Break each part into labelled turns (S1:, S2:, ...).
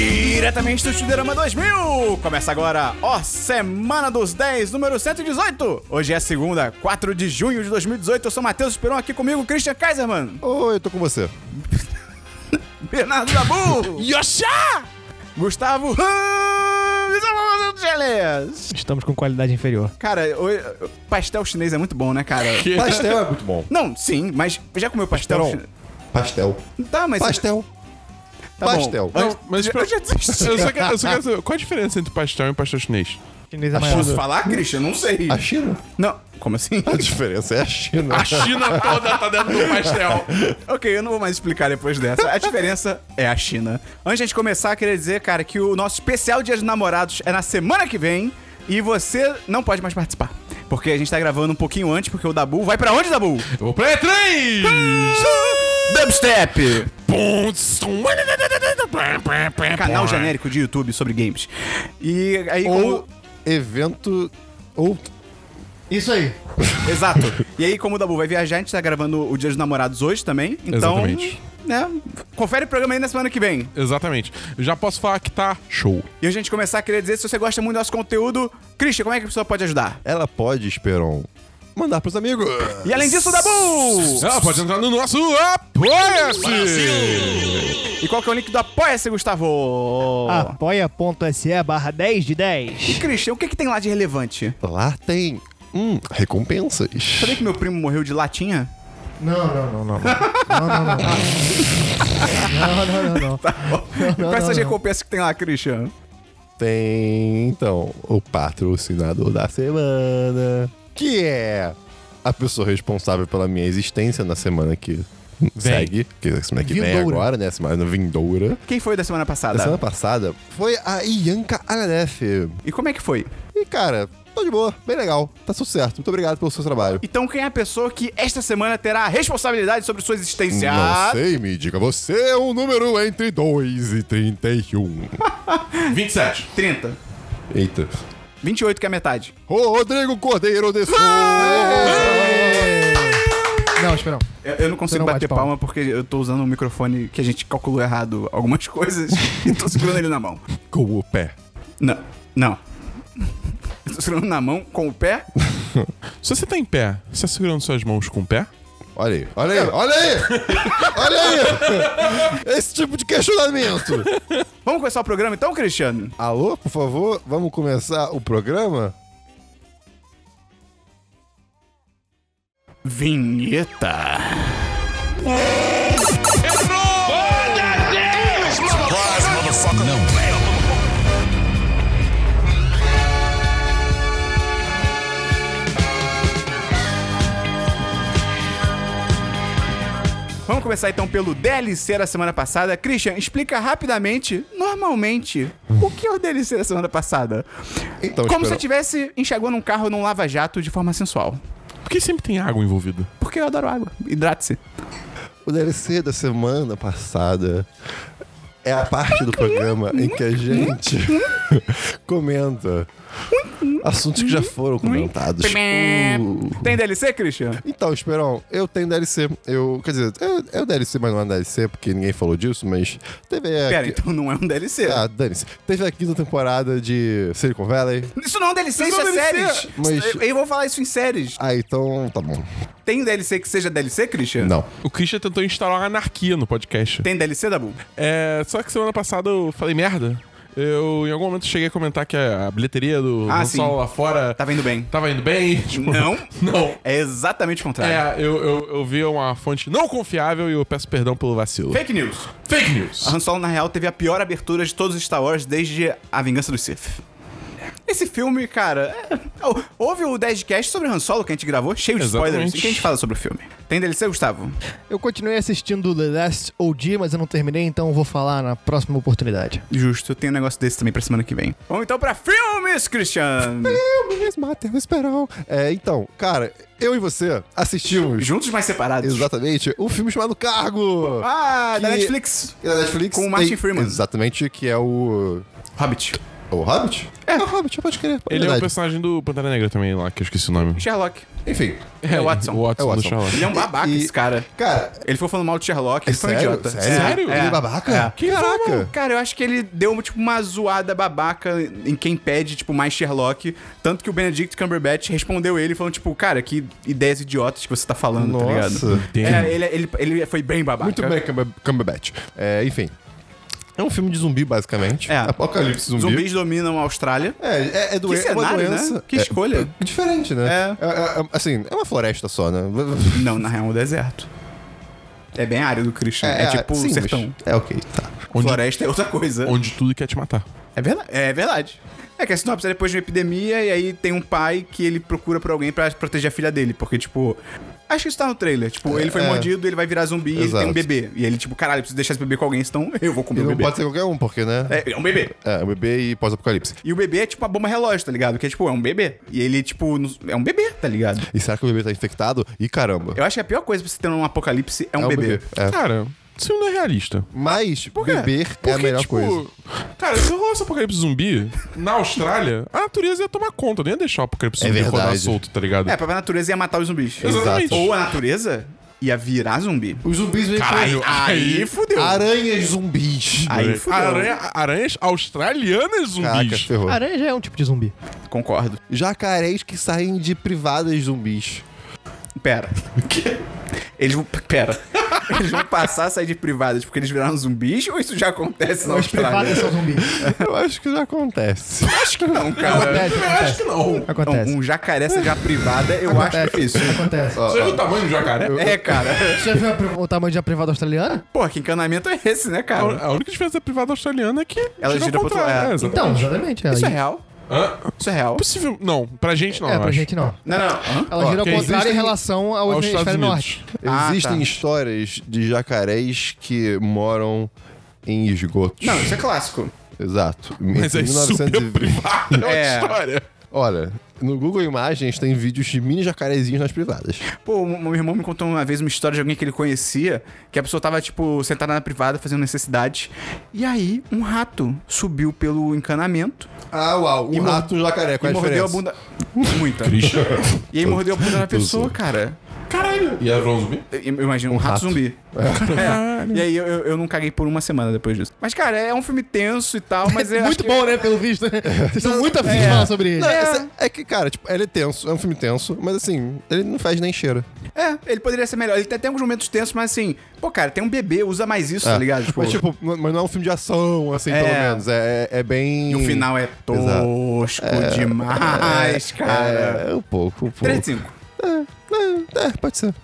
S1: diretamente do Chuderama 2000! Começa agora, ó, Semana dos 10, número 118! Hoje é segunda, 4 de junho de 2018. Eu sou Matheus Esperon, aqui comigo, Christian Kaiserman,
S2: Oi, eu tô com você.
S1: Bernardo Dabu,
S2: Yoshá!
S1: Gustavo Ramos, e Amanda Angeles.
S3: Estamos com qualidade inferior.
S1: Cara, o- pastel chinês é muito bom, né, cara?
S2: Pastel é muito bom.
S1: Não, sim, mas já comeu pastel
S2: Pastelão.
S1: chinês?
S2: Pastel.
S1: Tá, mas...
S2: Pastel.
S1: tá bom.
S2: pastel.
S1: Mas-
S4: Não, mas
S1: eu
S4: pra-
S1: já desisti.
S4: Eu só, quero, eu só quero saber, qual a diferença entre pastel e pastel chinês?
S3: Chinês é
S1: Posso
S3: maior.
S1: falar, Christian? Não sei.
S2: A China?
S1: Não, como assim?
S2: A diferença é a China.
S4: A China toda tá dentro do pastel.
S1: Ok, eu não vou mais explicar depois dessa. A diferença é a China. Antes de a gente começar, eu queria dizer, cara, que o nosso especial Dia dos Namorados é na semana que vem e você não pode mais participar. Porque a gente tá gravando um pouquinho antes, porque o Dabu vai pra onde, Dabu?
S4: Eu vou pra E3!
S1: Dubstep! Canal
S4: Canal
S1: genérico de YouTube sobre games. E aí.
S2: Ou
S1: como-
S2: evento. Ou.
S3: Isso aí.
S1: Exato. E aí, como o Dabu vai viajar, a gente tá gravando o Dia dos Namorados hoje também. Então.
S4: Exatamente.
S1: Né, confere o programa aí na semana que vem.
S4: Exatamente. Eu já posso falar que tá show.
S1: E a gente começar, queria dizer, se você gosta muito do nosso conteúdo, Christian, como é que a pessoa pode ajudar?
S2: Ela pode, Esperon, mandar pros amigos.
S1: E além disso, Dabu!
S4: Ah, pode entrar no nosso Apoia-se!
S1: E qual que é o link do Apoia-se, Gustavo?
S3: Ah. Apoia.se barra 10 de 10.
S1: Christian, o que, que tem lá de relevante?
S2: Lá tem. Hum, recompensas.
S1: Sabia que meu primo morreu de latinha?
S3: Não, não, não, não. Não, não, não. Não, não, não, não.
S1: Quais são Tá as recompensas que tem lá, Christian?
S2: Tem, então, o patrocinador da semana. Que é a pessoa responsável pela minha existência na semana que segue. Que é a semana que vem
S3: Vindoura.
S2: agora, né? Semana vindoura.
S1: Quem foi da semana
S2: Da
S1: passada?
S2: semana passada foi a Ianca Alanef.
S1: E como é que foi?
S2: E, cara, tô de boa, bem legal, tá tudo certo. Muito obrigado pelo seu trabalho.
S1: Então, quem é a pessoa que esta semana terá a responsabilidade sobre sua existência?
S2: Não sei, me diga, você é um número entre 2 e 31.
S4: 27.
S1: 30.
S2: Eita.
S1: 28, que é a metade.
S2: Rodrigo Cordeiro de Souza.
S3: Não, espera.
S1: Eu, eu não consigo
S3: Você não
S1: bater
S3: bate
S1: palma.
S3: palma.
S1: porque eu tô usando um microfone que a gente calculou errado algumas coisas e tô segurando ele na mão.
S2: Com o pé.
S1: Não, não. Eu tô segurando na mão com o pé.
S4: Se você tá em pé, você tá segurando suas mãos com o pé?
S2: Olha aí, olha aí, olha aí! olha aí! Esse tipo de questionamento!
S1: Vamos começar o programa então, Cristiano?
S2: Alô, por favor, vamos começar o programa?
S1: Vinheta. Vamos começar então pelo DLC da semana passada. Christian, explica rapidamente, normalmente, o que é o DLC da semana passada.
S2: Então,
S1: Como se eu
S2: espera-
S1: estivesse enxaguando um carro num lava-jato de forma sensual.
S4: Por que sempre tem água envolvida?
S1: Porque eu adoro água. Hidrate-se.
S2: O DLC da semana passada é a parte do programa em que a gente comenta assuntos que já foram comentados. Uh.
S1: Tem DLC, Christian?
S2: Então, Esperão, eu tenho DLC. Eu, quer dizer, é, é o DLC, mas não é um DLC, porque ninguém falou disso, mas teve a.
S1: Pera, então não é um DLC.
S2: Ah, dane-se. Teve a quinta temporada de Silicon Valley.
S1: Isso não é um DLC, isso,
S2: Isso não
S1: é
S2: é
S1: séries.
S2: DLC. Mas-
S1: Eu, eu vou falar isso em séries.
S2: Ah, então tá bom.
S1: Tem um DLC que seja DLC, Christian?
S2: Não.
S4: O Christian tentou instalar uma anarquia no podcast.
S1: Tem DLC, Dabu?
S4: É, só que semana passada eu falei merda. Eu, em algum momento, cheguei a comentar que a bilheteria do
S1: Ah,
S4: ah,
S1: sim.
S4: lá fora
S1: Tá vendo bem.
S4: tava indo bem. Tipo,
S1: Não.
S4: Não.
S1: É exatamente o contrário.
S4: É, eu, eu, eu vi uma fonte não confiável e eu peço perdão pelo vacilo.
S1: Fake news.
S4: Fake news.
S1: A Han Solo, na real, teve a pior abertura de todos os Star Wars desde A Vingança do Sith. Esse filme, cara. é- Hou- Houve o 10cast sobre Han Solo que a gente gravou, cheio de spoilers.
S4: Exatamente.
S1: O que a gente fala sobre o filme? Tem DLC, Gustavo?
S3: Eu continuei assistindo The Last OG, mas eu não terminei, então eu vou falar na próxima oportunidade.
S1: Justo, eu tenho um negócio desse também pra semana que vem. Vamos então pra filmes, Christian!
S2: Mas Matheus Esperão. É, então, cara, eu e você assistimos
S1: Juntos, mas separados.
S2: exatamente um filme chamado Cargo.
S1: Ah, da
S2: Que-
S1: Netflix.
S2: E na Netflix.
S1: Com o Martin
S2: tem-
S1: Freeman.
S2: Exatamente, que é o.
S1: Hobbit.
S2: O O Hobbit? É, o Hobbit, pode crer.
S4: Ele é o
S2: verdade.
S4: personagem do Pantera Negra também lá, que eu esqueci o nome.
S1: Sherlock.
S2: Enfim.
S1: É o Watson.
S4: O Watson,
S2: É o
S4: do
S2: Watson.
S4: Sherlock.
S1: Ele é um babaca,
S2: E-
S1: esse cara.
S2: Cara,
S1: Ele foi falando mal de Sherlock,
S2: é
S1: ele foi um
S2: sério?
S1: idiota.
S2: Sério?
S4: Sério?
S2: Ele é babaca?
S1: É.
S4: Que
S2: Caraca.
S1: Cara, eu acho que ele deu tipo, uma zoada babaca em quem pede, tipo, mais Sherlock. Tanto que o Benedict Cumberbatch respondeu ele falando, tipo, cara, que ideias idiotas que você tá falando, tá ligado?
S2: Nossa.
S1: É, ele, ele, ele foi bem babaca.
S2: Muito bem, Cumber- Cumberbatch. É, enfim. É um filme de zumbi, basicamente.
S1: É.
S2: Apocalipse zumbi.
S1: Zumbis dominam a Austrália.
S2: É, é, é
S1: Que
S2: doen- uma
S1: cenário,
S2: doença.
S1: né? Que
S2: É,
S1: escolha.
S2: é diferente, né?
S1: É.
S2: É, é, assim, é uma floresta só, né?
S1: Não, na real é um deserto. É bem a área do Christian. É, tipo
S2: sim,
S1: um
S2: mas-
S1: sertão.
S2: É ok, tá.
S4: Onde-
S1: Floresta é outra coisa.
S4: Onde tudo quer te matar.
S1: É verdade. É verdade. É que a sinopse é depois de uma epidemia e aí tem um pai que ele procura por alguém pra proteger a filha dele, porque tipo, acho que isso tá no trailer, tipo, ele foi
S2: É.
S1: mordido, ele vai virar zumbi e ele
S2: Exato.
S1: tem um bebê. E ele tipo, caralho, eu preciso deixar esse bebê com alguém, senão eu vou
S2: E
S1: comer o
S2: não
S1: bebê.
S2: pode ser qualquer um, porque, né?
S1: É, é um bebê.
S2: É, o bebê e pós-apocalipse.
S1: E o bebê é tipo uma bomba relógio, tá ligado? Que é tipo, é um bebê. E ele tipo, nos- é um bebê, tá ligado?
S2: E será que o bebê tá infectado? Ih, caramba.
S1: Eu acho que a pior coisa pra você ter um apocalipse é um, bebê.
S2: É.
S4: Cara, isso não é realista.
S2: Mas
S4: Por quê?
S2: beber é a
S4: Porque,
S2: melhor
S4: tipo,
S2: coisa.
S4: Cara, se rolasse apocalipse zumbi na Austrália, a natureza ia tomar conta, não ia deixar o apocalipse
S2: É
S4: zumbi rodar
S2: verdade.
S4: solto, tá ligado?
S1: É, a própria natureza ia matar os zumbis.
S4: Exatamente.
S1: Ou a natureza ia virar zumbi.
S2: Os zumbis vêm assim,
S4: Caralho,
S1: Aí
S4: aí
S1: fudeu.
S2: Aranhas zumbis.
S1: Aí fudeu.
S4: Aranha- aranhas australianas zumbis.
S2: Caraca, ferrou.
S3: Aranha já é um tipo de zumbi.
S1: Concordo.
S2: Jacarés que saem de privadas zumbis.
S1: Pera. Eles vão. Pera. Eles vão passar a sair de privadas porque eles viraram zumbis ou isso já acontece na
S3: Os privados
S1: Austrália?
S3: são zumbis.
S2: Eu acho que já acontece.
S1: Acho que não, cara.
S3: Acontece,
S4: Eu acho
S3: É, acontece.
S4: que é não.
S3: Acontece.
S1: Um, um jacaré já privada, eu acho
S3: Acontece.
S1: difícil.
S3: Acontece.
S4: Você viu o tamanho do jacaré?
S1: É, cara.
S3: Você já viu a pri- o tamanho de uma privada australiana?
S1: Pô, que encanamento é esse, né,
S4: A
S1: cara?
S4: a única diferença da privada australiana é que
S1: Ela
S4: ao
S1: gira pro outro
S4: contrário.
S1: lado.
S4: É, exatamente.
S3: Então, exatamente.
S1: Isso é
S3: Ela-
S1: real?
S4: Hã?
S1: Isso é real?
S4: Possível. Não, pra gente não.
S3: É,
S4: eu
S3: pra
S4: acho.
S3: gente não.
S1: Não, não. Hã?
S3: Ela gira ao
S4: ok.
S3: contrário
S2: Existem
S3: em relação
S1: é
S3: ao
S4: Aos
S3: hemisfério
S4: Estados
S3: norte.
S4: Unidos.
S1: Ah,
S2: Existem
S1: tá.
S2: histórias de jacarés que moram em esgotos.
S1: Não, isso é clássico.
S2: Exato. Em
S4: Mas é super
S2: 1920.
S4: privada é uma
S1: É.
S4: história.
S2: Olha, no Google Imagens tem vídeos de mini jacarezinhos nas privadas.
S1: Pô, o meu irmão me contou uma vez uma história de alguém que ele conhecia, que a pessoa tava, tipo, sentada na privada fazendo necessidade. E aí, um rato subiu pelo encanamento
S2: Ah, uau. Um
S1: mor-
S2: rato e um jacaré. Qual
S1: e
S2: é a
S1: mordeu
S2: diferença?
S1: a bunda. Muita.
S4: Christian.
S1: E aí mordeu a bunda da
S2: Tô
S1: pessoa,
S2: zoando.
S1: cara.
S4: Caralho. E a zumbi?
S1: Eu eu imagino um, rato,
S2: rato.
S1: zumbi. É. E aí eu, eu, eu não caguei por uma semana depois disso. Mas, cara, é um filme tenso e tal, mas é.
S3: Muito bom, né, pelo visto. Vocês são muito afins de falar sobre ele.
S2: Não, essa- é que, cara, tipo, ele é tenso, é um filme tenso, mas assim, ele não faz nem cheiro.
S1: É, ele poderia ser melhor. Ele até tem alguns momentos tensos, mas assim, pô, cara, tem um bebê, usa mais isso, tá
S2: É.
S1: ligado? Tipo,
S2: Mas, tipo, não- mas não é um filme de ação, assim,
S1: É.
S2: pelo menos. É, é bem.
S1: e o final é tosco demais, cara.
S2: É, um pouco, um pouco.
S1: 3 de 5.
S2: É, é, pode ser.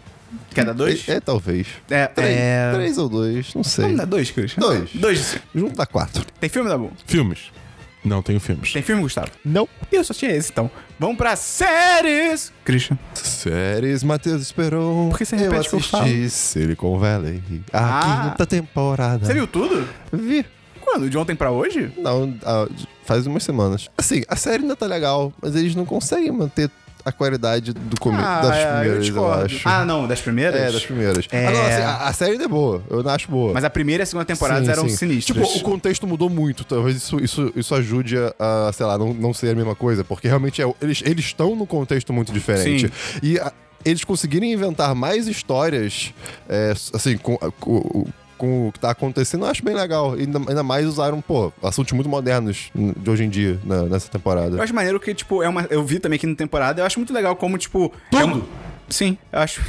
S1: Quer dar 2?
S2: É, é, talvez.
S1: É,
S2: Três,
S1: é...
S2: três ou dois, não sei.
S1: Vamos dar 2, Cris?
S2: Dois.
S1: 2 de 5.
S2: Junto dá quatro.
S1: Tem filme, Dabu?
S4: Filmes. Não tenho filmes.
S1: Tem filme, Gustavo?
S3: Não.
S1: E eu só tinha esse, então. Vamos pra séries! Christian.
S2: Séries, Matheus Esperon.
S1: Por que você
S2: eu
S1: repete o que eu falo?
S2: assisti Silicon Valley.
S1: Ah.
S2: A quinta temporada.
S1: Você viu tudo?
S2: Vi.
S1: Quando? De ontem pra hoje?
S2: Não, ah, faz umas semanas. Assim, a série ainda tá legal, mas eles não conseguem manter a qualidade do começo das
S1: é,
S2: primeiras, eu, acho.
S1: Ah, não, das primeiras?
S2: é, das primeiras.
S1: É.
S2: Ah, não, assim, a, a série ainda é boa, eu ainda acho boa.
S1: Mas a primeira e a segunda temporada
S2: Sim,
S1: eram
S2: sim.
S1: sinistras.
S2: Tipo, o contexto mudou muito. Talvez isso, isso, isso ajude a, a, sei lá, não, não ser a mesma coisa. Porque realmente é- eles eles estão num contexto muito diferente. E a- eles conseguirem inventar mais histórias, é, assim, com... com- com o que tá acontecendo, eu acho bem legal. E Ainda, ainda mais usaram, pô, assuntos muito modernos de hoje em dia, na- nessa temporada.
S1: Eu acho maneiro que, tipo, é uma... eu vi também aqui na temporada, eu acho muito legal como, tipo... é um- Sim, eu acho...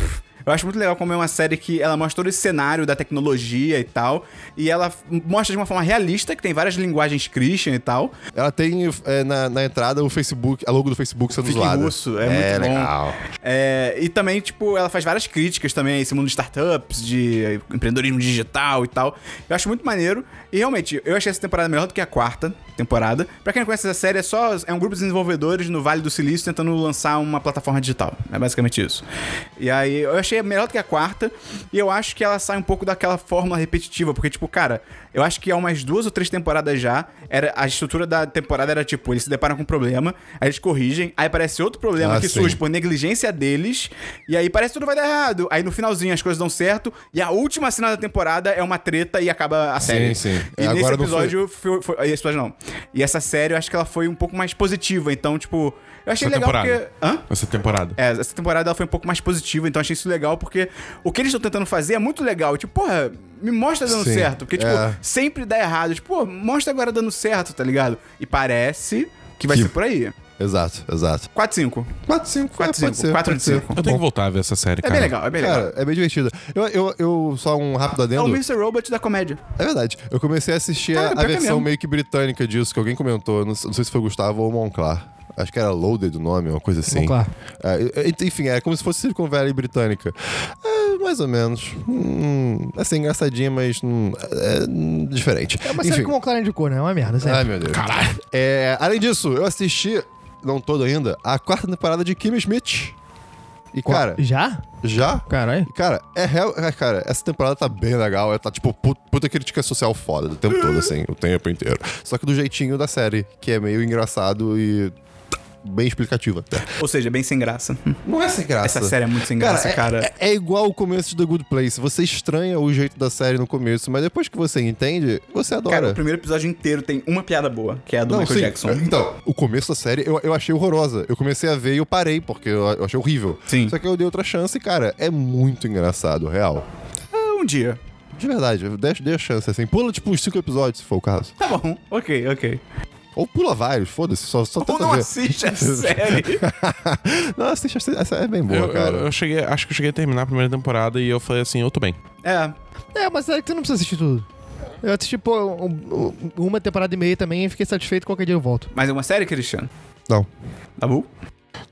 S1: Eu acho muito legal como é uma série que ela mostra todo esse cenário da tecnologia e tal. E ela f- mostra de uma forma realista, que tem várias linguagens Christian e tal.
S2: Ela tem é, na, na entrada o Facebook, a logo do Facebook sendo
S1: Fica em
S2: zoada.
S1: russo, é muito bom.
S2: legal.
S1: É, e também, tipo, ela faz várias críticas também a esse mundo de startups, de empreendedorismo digital e tal. Eu acho muito maneiro. E realmente, eu achei essa temporada melhor do que a quarta temporada. Pra quem não conhece essa série, é só é um grupo de desenvolvedores no Vale do Silício tentando lançar uma plataforma digital. É basicamente isso. E aí, eu achei melhor do que a quarta. E eu acho que ela sai um pouco daquela fórmula repetitiva, porque, tipo, cara, eu acho que há umas duas ou três temporadas já, era, a estrutura da temporada era tipo, eles se deparam com um problema, aí eles corrigem, aí aparece outro problema
S2: Ah,
S1: que
S2: sim.
S1: surge por negligência deles, e aí parece que tudo vai dar errado. Aí no finalzinho as coisas dão certo, e a última cena da temporada é uma treta e acaba a série.
S2: sim.
S1: E
S2: É,
S1: nesse
S2: agora não
S1: episódio, foi... foi- esse episódio não. E essa série eu acho que ela foi um pouco mais positiva, então, tipo, eu achei
S4: Essa
S1: legal
S4: temporada.
S1: porque. Hã?
S4: Essa temporada.
S1: É, essa temporada ela foi um pouco mais positiva, então achei isso legal, porque o que eles estão tentando fazer é muito legal. Tipo, porra, me mostra dando
S2: Sim,
S1: certo. Porque, tipo,
S2: é.
S1: sempre dá errado. Tipo, pô, mostra agora dando certo, tá ligado? E parece que vai
S2: Que- É,
S1: ser por aí.
S2: Exato, exato.
S1: 4, 5.
S2: 4 5,
S1: 4, 5. 4 de 5.
S4: Eu tenho que voltar a ver essa série,
S1: É
S4: cara.
S1: bem legal, é bem legal.
S2: Cara, é bem divertido. Eu, eu, eu só um rápido
S1: É o
S2: adendo.
S1: Mr. Robot da comédia.
S2: É verdade. Eu comecei a assistir
S1: Cara,
S2: a-
S1: pior
S2: a
S1: que é
S2: versão
S1: mesmo.
S2: meio que britânica disso, que alguém comentou. Não, sei- não sei se foi o Gustavo ou o Monclar. Acho que era Loaded o nome, uma coisa assim.
S3: Monclar.
S2: É, e- enfim, é como se fosse Silicon Valley britânica. É, mais ou menos. Hum, assim, engraçadinha, mas hum, é, hum, diferente.
S3: É uma
S2: enfim.
S3: série com o Clara indicou, né? É uma merda, sério.
S2: Ai, meu Deus. Caralho. além disso, eu assisti, não todo ainda, a quarta temporada de Kim Schmidt. E, cara,
S3: É, Já?
S2: já?
S3: Caralho.
S2: E, Cara, é real. é, Cara, essa temporada tá bem legal. Ela tá, tipo, pu- puta crítica social foda do tempo todo, assim, o tempo inteiro. Só que do jeitinho da série, que é meio engraçado e. bem explicativo até.
S1: Ou seja, é bem sem graça.
S2: Não é sem graça.
S1: Essa série é muito sem graça,
S2: é-
S1: cara.
S2: É, é igual o começo de The Good Place. Você estranha o jeito da série no começo, mas depois que você entende, você adora.
S1: Cara, o primeiro episódio inteiro tem uma piada boa, que é a do Michael
S2: sim.
S1: Jackson.
S2: É, Então, o começo da série eu, eu achei horrorosa. Eu comecei a ver e eu parei, porque eu, eu achei horrível.
S1: Sim.
S2: Só que eu dei outra chance e, cara, é muito engraçado, real.
S1: Ah, Um dia.
S2: De verdade, eu dei, dei a chance, assim. Pula, tipo, uns cinco episódios, se for o caso.
S1: Tá bom, ok, ok.
S2: Ou pula vários, foda-se, só, só
S1: Ou
S2: tenta
S1: não
S2: ver.
S4: assim.
S1: assiste a série.
S2: não, assiste, assiste, essa é bem boa,
S4: Eu,
S2: cara.
S4: eu- eu cheguei, acho que eu cheguei a terminar a primeira temporada e eu falei assim, eu tô bem.
S1: É,
S3: É uma série que você não precisa assistir tudo. Eu assisti, pô, um- um- uma temporada e meia também e fiquei satisfeito. Qualquer dia eu volto.
S1: mas é uma série, Cristiano?
S2: Não.
S1: Tá bom?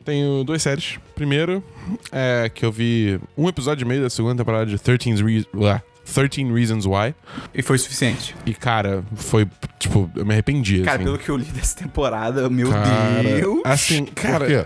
S4: Tenho duas séries. Primeiro é que eu vi um episódio e meio da segunda temporada de 13, Re- lá, 13 Reasons Why.
S1: E foi o suficiente.
S4: E, cara, foi, tipo, eu me arrependi,
S1: Cara,
S4: assim.
S1: pelo que eu li dessa temporada, meu
S4: Cara,
S1: Deus.
S4: Assim, cara...
S2: Por quê?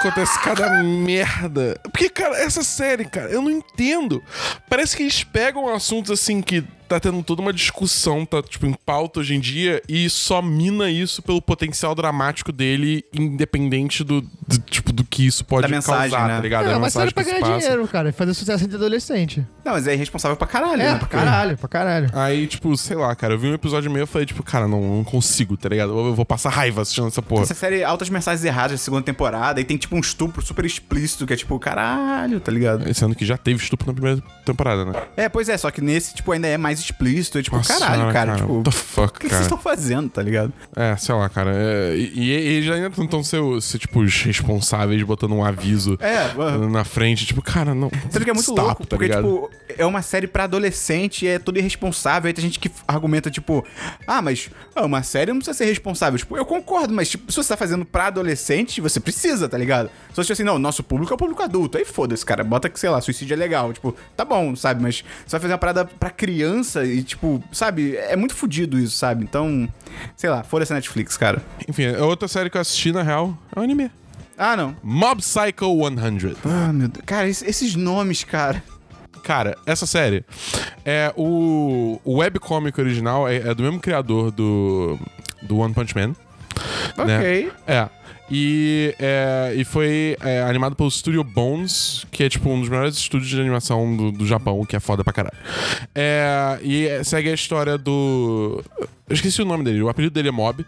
S4: acontece cada merda. Porque, cara, essa série, cara, eu não entendo. Parece que eles pegam assuntos assim que tá tendo toda uma discussão, tá, tipo, em pauta hoje em dia, e só mina isso pelo potencial dramático dele, independente do, do- tipo, do que isso pode
S1: Da mensagem,
S4: causar,
S1: né?
S4: tá ligado?
S3: é
S4: Da
S3: uma série
S4: mensagem
S3: pra
S4: que isso
S3: ganhar
S4: passa.
S3: dinheiro, cara. e Fazer sucesso entre adolescente.
S1: Não, mas é irresponsável pra caralho,
S3: É,
S1: né?
S3: pra
S1: Porque-
S3: caralho, pra caralho.
S4: Aí, tipo, sei lá, cara, eu vi um episódio e meio e falei, tipo, cara, não, não consigo, tá ligado? Eu eu vou passar raiva assistindo essa porra.
S1: Essa série, altas mensagens erradas da segunda temporada, e tem tipo um estupro super explícito, que é tipo, caralho, tá ligado?
S4: Esse ano que já teve estupro na primeira temporada, né?
S1: É, pois é, só que nesse, tipo, ainda é mais explícito, é tipo,
S4: Nossa
S1: caralho,
S4: senhora,
S1: cara, tipo,
S4: What the fuck,
S1: o que, que vocês
S4: cara?
S1: estão fazendo, tá ligado?
S4: É, sei lá, cara. É, e, e eles ainda tentam ser, o- ser, tipo, os responsáveis botando um aviso
S1: É, uh,
S4: na frente. Tipo, cara, não.
S1: sabe que é muito
S4: stop, tá
S1: louco, porque, tipo, é uma série pra adolescente e é toda irresponsável, aí tem gente que argumenta, tipo, ah, mas ah, uma série não precisa ser responsável. Tipo, eu concordo, mas tipo, se você tá fazendo pra adolescente, você precisa, tá ligado? Só se assim, não, nosso público é o público adulto, aí foda-se, cara, bota que, sei lá, suicídio é legal, tipo, tá bom, sabe, mas você vai fazer uma parada pra criança e, tipo, sabe, é muito fudido isso, sabe? Então, sei lá, foda essa Netflix, cara.
S4: Enfim, é outra série que eu assisti, na real, é um anime.
S1: Ah, não.
S4: Mob Psycho 100.
S1: Ah, meu Deus. Cara, es- esses nomes, cara.
S4: Cara, essa série é o, o webcomic original é, é do mesmo criador do, do One Punch Man. né?
S1: Ok.
S4: É. E, é, e foi é, animado pelo Studio Bones, que é tipo um dos melhores estúdios de animação do, do Japão, que é foda pra caralho. É, e é, segue a história do. Eu esqueci o nome dele, o apelido dele é Mob.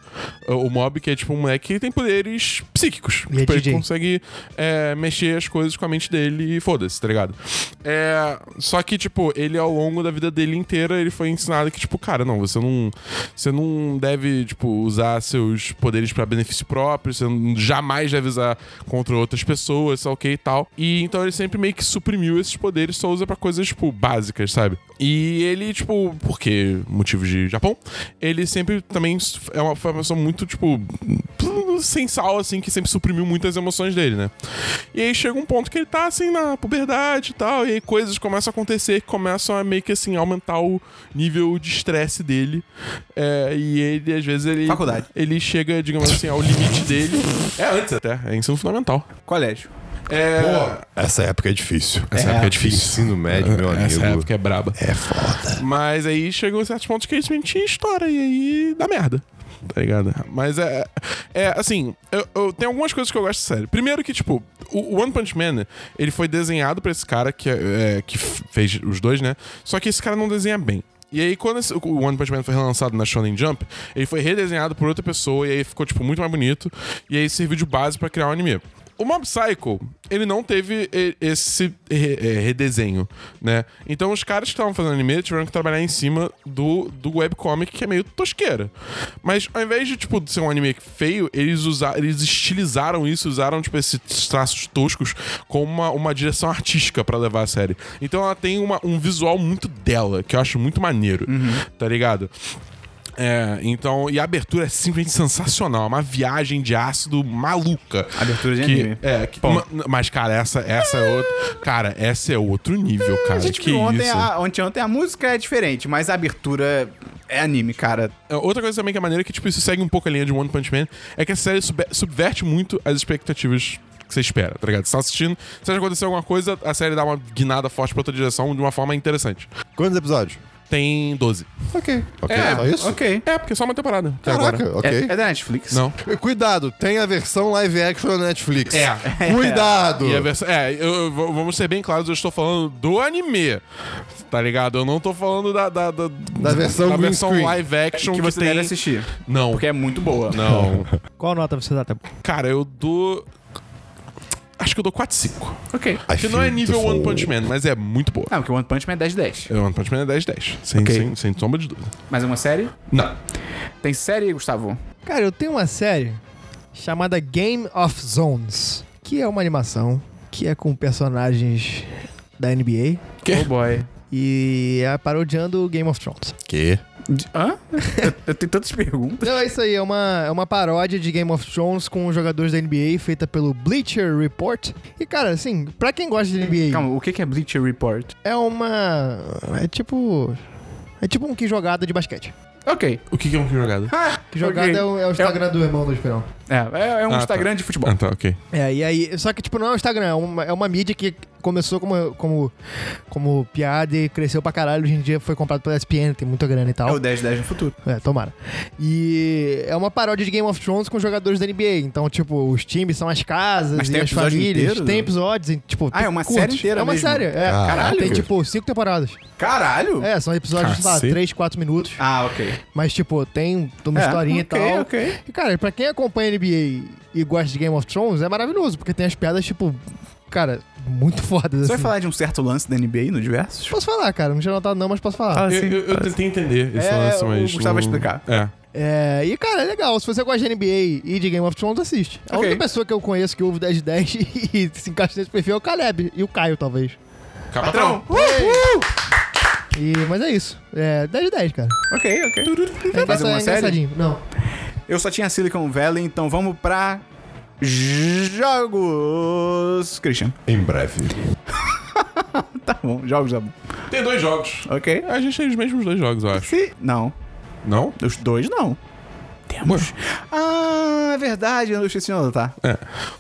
S4: O Mob, que é tipo um moleque que tem poderes psíquicos.
S3: E é
S4: tipo, ele
S3: DJ.
S4: consegue é, mexer as coisas com a mente dele e foda-se, tá ligado? É, só que, tipo, ele ao longo da vida dele inteira, ele foi ensinado que, tipo, cara, não, você não. Você não deve, tipo, usar seus poderes pra benefício próprio, você não- jamais deve usar contra outras pessoas, sei lá o que e tal. E então ele sempre meio que suprimiu esses poderes, só usa pra coisas, tipo, básicas, sabe? E ele, tipo, porque motivos de Japão, ele sempre também é uma, foi uma pessoa muito, tipo, sem sal, assim, que sempre suprimiu muitas emoções dele, né? E aí chega um ponto que ele tá, assim, na puberdade e tal, e aí coisas começam a acontecer que começam a meio que, assim, aumentar o nível de estresse dele. É, e ele, às vezes, ele...
S1: Faculdade.
S4: Ele chega, digamos assim, ao limite dele. É antes até, é ensino fundamental.
S1: Colégio.
S4: É...
S2: Essa época é difícil.
S4: Essa época é difícil.
S2: Ensino médio, meu amigo.
S4: Essa época é braba.
S2: é foda.
S4: Mas aí chegou certos pontos que a gente estoura e aí dá merda. Tá ligado? Mas é. É, assim, eu, eu- tem algumas coisas que eu gosto sério. Primeiro que, tipo, o, o One Punch Man, ele foi desenhado pra esse cara que, é, é, que f- fez os dois, né? Só que esse cara não desenha bem. E aí, quando esse- o One Punch Man foi relançado na Shonen Jump, ele foi redesenhado por outra pessoa, e aí ficou, tipo, muito mais bonito. E aí serviu de base pra criar um anime. O Mob Psycho, ele não teve e- esse re- é, redesenho, né? Então os caras que estavam fazendo anime tiveram que trabalhar em cima do, do webcomic, que é meio tosqueira. Mas ao invés de, tipo, ser um anime feio, eles, usa eles estilizaram isso, usaram, tipo, esses traços toscos como uma, uma direção artística pra levar a série. Então ela tem uma- um visual muito dela, que eu acho muito maneiro, tá ligado? É, então, e a abertura é simplesmente sensacional. É uma viagem de ácido maluca.
S1: Abertura de
S4: que,
S1: anime.
S4: É, que, ma- mas, cara, essa, essa é outra. Cara, essa é outro nível, cara.
S1: A gente
S4: que
S1: viu ontem,
S4: isso.
S1: a, ontem, ontem a música é diferente, mas a abertura é anime, cara.
S4: É, Outra coisa também que é maneira, que tipo, isso segue um pouco a linha de One Punch Man, é que a série sub- subverte muito as expectativas que você espera, tá ligado? Você tá assistindo, se acontecer alguma coisa, a série dá uma guinada forte pra outra direção de uma forma interessante.
S2: Quantos episódios?
S4: Tem 12.
S2: Ok. Ok,
S4: É,
S2: só isso?
S1: Ok.
S4: É, porque é só uma temporada. até
S2: Caraca,
S4: agora.
S2: ok.
S1: É, é da Netflix.
S4: Não.
S2: Cuidado, tem a versão live action na Netflix.
S4: É.
S2: Cuidado!
S4: E a versão- é, eu- eu vou- vamos ser bem claros, eu estou falando do anime, tá ligado? Eu não tô falando da, da, da, da
S2: versão green screen.
S4: live action
S1: É. Que você
S4: tem...
S1: deve assistir.
S4: Não,
S1: Porque é muito boa.
S4: não.
S3: Qual nota você dá, Tá Tebo?
S4: Cara, eu dou... Acho que eu dou 4-5.
S1: Ok.
S2: I
S4: Que não é
S2: feel
S4: nível
S2: the
S4: One
S2: fall.
S4: Punch Man, mas é muito boa.
S1: Não, porque One Punch Man é 10 de 10.
S4: É, One Punch Man é 10 10. Sem,
S1: Ok.
S4: sem, sem sombra de dúvida.
S1: Mais uma série?
S4: Não.
S1: Tem série, Gustavo?
S3: Cara, eu tenho uma série chamada Game of Zones, que é uma animação que é com personagens da NBA
S4: Que?
S1: Oh boy.
S3: e é parodiando o Game of Thrones.
S2: Que?
S1: De- Hã? eu, eu tenho tantas perguntas.
S3: Não, é isso aí, é uma, é uma paródia de Game of Thrones com os jogadores da NBA feita pelo Bleacher Report. E, cara, assim, pra quem gosta de NBA,
S1: Calma, o que que é Bleacher Report?
S3: é uma. É tipo. É tipo um que jogada de basquete.
S1: Ok.
S4: O que que é um que jogado?
S3: Que jogada
S1: Ok.
S3: é, o, é o Instagram do irmão do Esperão.
S1: Ah, É, é, é um
S4: Ah,
S1: Instagram
S4: tá.
S1: de futebol.
S4: Ah, tá, ok.
S3: É, e aí, só que, tipo, não é o Instagram, é uma, é uma mídia que começou como, como, como piada e cresceu pra caralho. Hoje em dia foi comprado pela ESPN, tem muita grana e
S1: É o
S3: tal.
S1: 10-10 no futuro.
S3: É, tomara. E é uma paródia de Game of Thrones com jogadores da NBA. Então, tipo, os times são as casas
S1: Mas
S3: e
S1: tem
S3: as
S1: episódio
S3: famílias.
S1: inteiro?
S3: Tem episódios, e, tipo.
S1: Ah, é uma
S3: curtos.
S1: série inteira
S3: É uma
S1: mesmo.
S3: série, é.
S2: Caralho.
S3: Tem, tipo, cinco temporadas.
S1: Caralho!
S3: É, são episódios, sei lá,
S4: Cacete.
S3: 3, 4 minutos.
S1: Ah, ok.
S3: Mas, tipo, tem uma
S1: É,
S3: historinha
S1: ok,
S3: e tal.
S1: ok.
S3: E, cara, pra quem acompanha NBA e gosta de Game of Thrones, é maravilhoso, porque tem as piadas, tipo, cara, muito fodas.
S1: Você vai
S3: assim.
S1: falar de um certo lance da NBA no diversos?
S3: Posso falar, cara, não tinha notado não, mas posso falar.
S4: Eu, eu, eu tentei entender esse
S1: Ah, É,
S4: lance,
S1: o
S4: mas.
S1: Gustavo vai
S4: não-
S1: explicar.
S4: É.
S3: É, e, cara, é legal. Se você gosta de NBA e de Game of Thrones, assiste. A
S1: Ok.
S3: única pessoa que eu conheço que ouve 10 de 10 e se encaixa nesse perfil é o Caleb. E o Caio, talvez.
S4: Capatão!
S3: E, mas é isso. É 10 de 10, cara.
S1: Ok, ok.
S3: É
S1: Mais alguma
S3: engraçado-
S1: série?
S3: engraçadinho. Não.
S1: Eu só tinha Silicon Valley, então vamos pra. Jogos. Christian.
S2: Em breve.
S1: Tá bom, jogos tá bom.
S4: Tem dois jogos.
S1: Ok.
S4: A gente tem os mesmos dois jogos, eu acho.
S1: Se. Não.
S4: Não?
S1: Os dois não. Temos. Ah, é verdade, eu não esqueci de tá? anotar.
S4: É.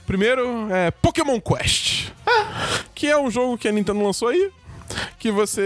S4: Primeiro é Pokémon Quest. Que é um jogo que a Nintendo lançou aí. Que você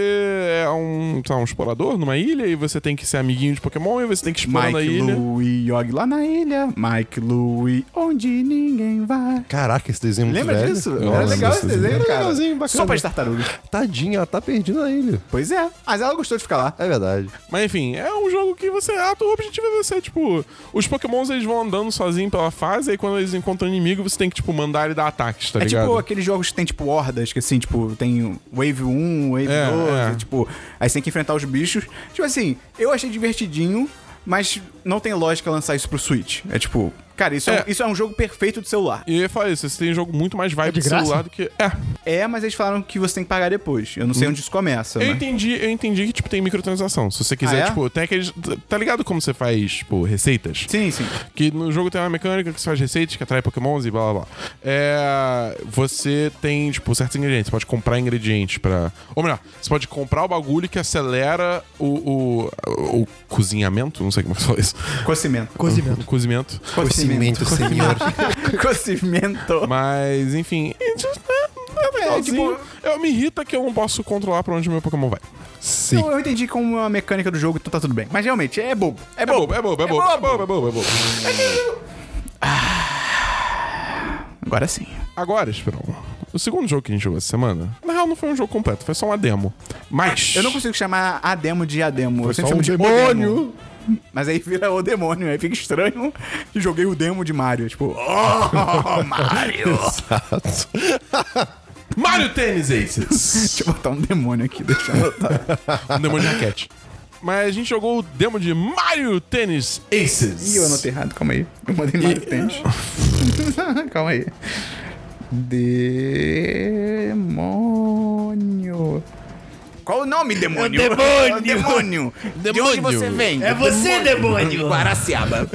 S4: é um, sei lá, um explorador numa ilha e você tem que ser amiguinho de Pokémon e você tem que explorar na
S1: Mike,
S4: ilha.
S1: Lou e Yogi lá na ilha. Mike, Lou e onde ninguém vai.
S2: Caraca, esse desenho é muito
S1: Lembra
S2: velho.
S1: disso? Era
S4: lembro
S2: Nossa,
S1: legal esse desenho,
S2: Era
S1: cara.
S2: legalzinho, bacana.
S1: Sopa de tartaruga.
S2: Tadinha, ela tá perdida na ilha.
S1: Pois é. Mas ela gostou de ficar lá.
S2: É verdade.
S4: Mas enfim, é um jogo que você. Ah, o objetivo é você, tipo. Os Pokémons eles vão andando sozinhos pela fase, aí quando eles encontram inimigo, você tem que, tipo, mandar ele dar ataques, tá
S1: É
S4: ligado?
S1: tipo aqueles jogos que tem, tipo, hordas, que assim, tipo, tem Wave 1, Wave
S4: É,
S1: 2,
S4: é.
S1: e, tipo, aí você tem que enfrentar os bichos. Tipo assim, eu achei divertidinho, mas não tem lógica lançar isso pro Switch. É tipo, cara, isso é,
S4: É.
S1: um- isso é um jogo perfeito de celular.
S4: E eu ia falar isso, você tem jogo muito mais vibe
S3: É de
S4: de celular
S3: graça?
S4: do que. É.
S1: É, mas eles falaram que você tem que pagar depois. Eu não sei onde isso começa,
S4: Hum. Eu
S1: né?
S4: entendi, eu entendi que, tipo, tem microtransação. Se você quiser,
S1: Ah, é?
S4: tipo, tem aqueles. Tá ligado como você faz, tipo, receitas?
S1: Sim, sim.
S4: Que no jogo tem uma mecânica que você faz receitas, que atrai pokémons e blá blá blá. É, você tem, tipo, certos ingredientes. Você pode comprar ingredientes pra... Ou melhor, você pode comprar o bagulho que acelera o, o, o cozinhamento. Não sei como é que fala isso.
S1: Cocimento.
S3: Cozimento.
S4: O cozimento.
S1: Cocimento.
S2: senhor.
S1: Cocimento.
S4: Mas, enfim... É, é
S1: tipo,
S4: legalzinho. eu me irrita que eu não posso controlar pra onde meu pokémon vai.
S2: Sim.
S1: Eu entendi como uma mecânica do jogo, então tá tudo bem. Mas realmente, é bobo. É
S4: É
S1: bobo.
S4: bobo, é bobo, é bobo, é bobo, é bobo, é bobo.
S1: Agora sim.
S4: Agora, Esperão, o segundo jogo que a gente jogou essa semana, na real não foi um jogo completo, foi só uma demo. Mas...
S1: Eu não consigo chamar a demo de a demo. eu
S2: Foi
S1: sempre
S2: só um
S1: chamo de
S2: demônio.
S1: o demo. Mas aí vira o demônio, aí fica estranho. E joguei o demo de Mario. Tipo, oh, Mario!
S2: Exato.
S4: Mario Tennis Aces!
S1: Deixa eu botar um demônio aqui, deixa eu botar.
S4: um demônio de raquete. Mas a gente jogou o demo de Mario Tennis Aces.
S1: Ih, eu anotei errado, calma aí. Eu mandei Mario Tennis. calma aí. Demônio. Qual o nome, demônio?
S3: É o demônio.
S1: demônio! De onde
S4: Demônio.
S1: você vem?
S3: É você, demônio!
S1: Guaraciaba.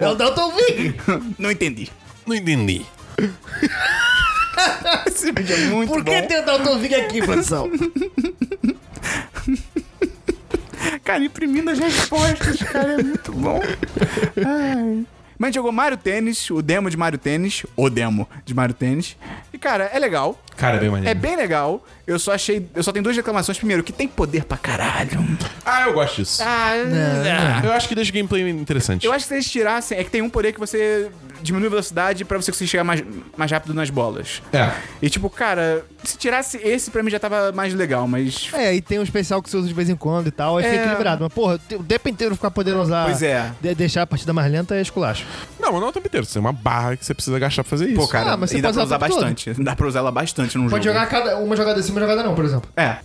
S3: É o Dalton Vig!
S1: Não entendi.
S4: Não entendi.
S1: Esse vídeo é muito
S3: Por que
S1: bom.
S3: tem o Dalton Vig aqui, produção?
S1: Cara, imprimindo as respostas, cara, é muito bom. Ai. Mas a gente jogou Mario Tênis, o demo de Mario Tênis, o demo de Mario Tênis. E, cara, é legal.
S4: Cara, é bem maneiro.
S1: É bem legal. Eu só achei. Eu só tenho duas reclamações. Primeiro, que tem poder pra caralho.
S4: Ah, eu gosto disso.
S1: Ah, ah.
S4: Eu acho que deixa o gameplay interessante.
S1: Eu acho que se eles tirassem. É que tem um poder que você diminui a velocidade pra você conseguir chegar mais, mais rápido nas bolas.
S4: É.
S1: E tipo, cara, se tirasse esse, pra mim já tava mais legal, mas.
S3: É, e tem um especial que você usa de vez em quando e tal, aí
S1: É.
S3: fica equilibrado. Mas, porra, o tempo inteiro ficar podendo usar.
S1: Pois é.
S3: de- deixar a partida mais lenta é esculacho.
S4: Não, mas não é o tempo inteiro. Você tem uma barra que você precisa gastar pra fazer isso.
S1: Pô, cara,
S3: Ah, mas você
S1: e dá
S3: pode
S1: pra
S3: usar
S1: usar
S3: pra tudo.
S1: bastante. Dá pra usar ela bastante num
S3: Pode
S1: jogo.
S3: jogar cada, uma jogada sim, uma jogada não, por exemplo.
S1: É,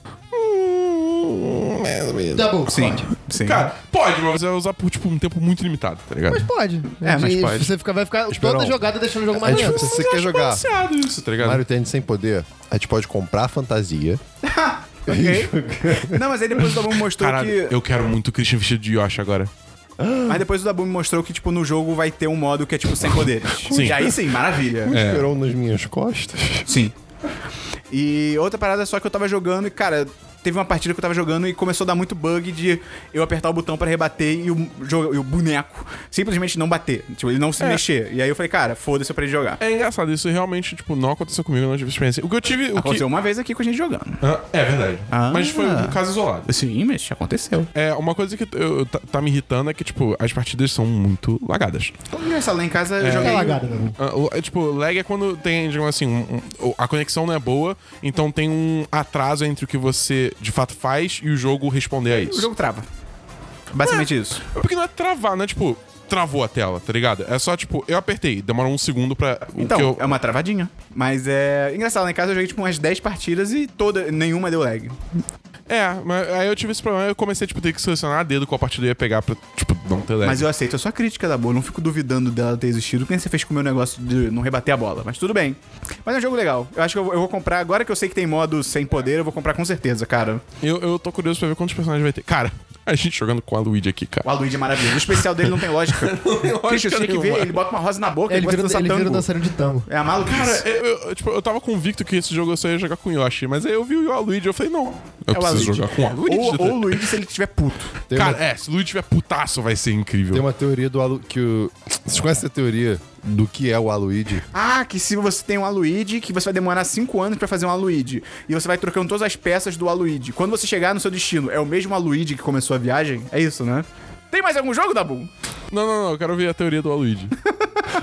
S4: Hum, mais ou menos.
S3: Double,
S1: sim.
S3: pode.
S1: Sim.
S4: Cara, pode, mas você vai usar por tipo, um tempo muito limitado, tá ligado?
S3: Mas pode.
S1: É, mas
S3: E
S1: pode.
S3: Você fica, vai ficar
S2: Esperão.
S3: toda jogada deixando o jogo
S2: É
S3: mais
S2: tipo,
S3: lento.
S2: se você quer jogar
S4: balanceado isso, tá ligado?
S2: Mario Tennis sem poder, a gente pode comprar a fantasia.
S1: Ok. Não, mas aí depois o Dabu me mostrou
S4: Caralho,
S1: que.
S4: eu quero muito o Christian vestido de Yoshi agora.
S1: Mas depois o Dabu me mostrou que, tipo, no jogo vai ter um modo que é, tipo, sem poderes.
S4: Sim. É,
S1: E aí sim, maravilha.
S2: É. Esperou nas minhas costas.
S1: Sim. E outra parada só que eu tava jogando e, cara, teve uma partida que eu tava jogando e começou a dar muito bug de eu apertar o botão pra rebater e o, jo- e o boneco simplesmente não bater. Tipo, ele não se mexer. E aí eu falei, cara, foda-se eu parei de jogar.
S4: É engraçado, isso realmente, tipo, não aconteceu comigo, eu não tive experiência. O que eu tive. O que...
S1: Aconteceu uma vez aqui com a gente jogando.
S4: Ah, é verdade.
S1: Ah.
S4: Mas foi um caso isolado.
S1: Sim, mas aconteceu.
S4: É, uma coisa que eu, eu- tá, tá me irritando é que, tipo, as partidas são muito lagadas.
S1: Engraçado, lá em casa
S4: É.
S1: eu
S3: Fica né?
S1: joguei.
S3: lagada, meu irmão.
S4: Ah, o- é, tipo, lag é quando tem, digamos assim, um- um- a conexão não é boa, então tem um atraso entre o que você de fato faz e o jogo responder a
S1: É, O
S4: isso.
S1: jogo trava. Basicamente isso.
S4: Porque não é travar, não é tipo, travou a tela, tá ligado? É só, tipo, eu apertei, demora um segundo pra. o
S1: Então,
S4: que eu-
S1: é uma travadinha. Mas é. Engraçado, lá em casa eu joguei tipo umas 10 partidas e toda. nenhuma deu lag. um
S4: É, mas aí eu tive esse problema, eu comecei, tipo, ter que selecionar a dedo qual partida eu ia pegar pra, tipo, não ter lag.
S1: Mas eu aceito a sua crítica da boa, não fico duvidando dela ter existido, que nem você fez com o meu negócio de não rebater a bola. Mas tudo bem. Mas é um jogo legal. Eu acho que eu vou, eu vou comprar, agora que eu sei que tem modo sem poder, eu vou comprar com certeza, cara.
S4: Eu, eu tô curioso pra ver quantos personagens vai ter. Cara, a gente jogando com a Luigi aqui, cara.
S1: O Aluíde é maravilhoso. O especial dele não tem lógica. Christian, você tinha que ver,
S4: nenhuma.
S1: ele bota uma rosa na boca, ele,
S3: Ele
S1: gosta
S3: vira,
S1: de dançar
S3: ele vira
S1: tango.
S3: dançarino de tango.
S1: É a maluquice.
S4: Cara, eu, eu- tipo, eu tava convicto que esse jogo eu só ia jogar com Yoshi, mas aí eu vi o Waluigi e eu falei, não, eu
S1: É o
S4: preciso
S1: Waluigi.
S4: jogar com o Waluigi.
S1: ou, ou o Luigi se ele estiver puto.
S2: Tem
S4: Cara,
S2: uma-
S4: é, se o Luigi tiver putaço vai ser incrível.
S2: Tem uma teoria do Alu... que o... Vocês conhecem a teoria do que é o Aluigi?
S1: Ah, que se você tem um Aluíde, que você vai demorar 5 anos pra fazer um Aluíde. E você vai trocando todas as peças do Aluíde. Quando você chegar no seu destino, é o mesmo Aluíde que começou a viagem? É isso, né? Tem mais algum jogo, Dabu?
S4: Não, não, não, eu quero ver a teoria do Waluigi.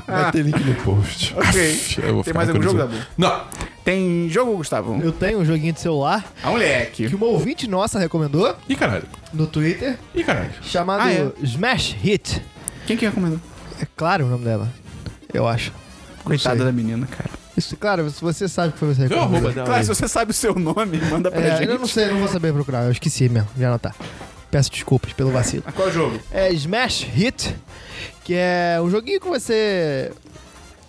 S2: Ah. Vai ter link no post.
S1: Ok.
S4: Eu vou
S1: Tem
S4: ficar
S1: mais algum jogo,
S4: curioso.
S1: Dabu?
S4: Não.
S1: Tem jogo, Gustavo?
S3: Eu tenho um joguinho de celular
S1: Ah,
S3: que
S1: moleque.
S3: uma ouvinte nossa recomendou
S4: Ih, caralho.
S3: no Twitter,
S4: Ih, caralho.
S3: chamado
S1: Ah, é?
S3: Smash Hit.
S1: Quem que recomendou?
S3: É claro o nome dela, eu acho.
S1: Coitada
S3: sei.
S1: da menina, cara.
S3: Isso, claro, se você sabe que foi você que
S4: Deu a roupa
S3: recomendou.
S4: dela.
S1: Claro,
S4: aí.
S1: se você sabe o seu nome, manda pra
S3: É,
S1: gente.
S3: eu não sei, não vou saber procurar, eu esqueci mesmo de anotar. Peço desculpas pelo vacilo.
S1: Mas Qual jogo?
S3: É Smash Hit, que é um joguinho que você.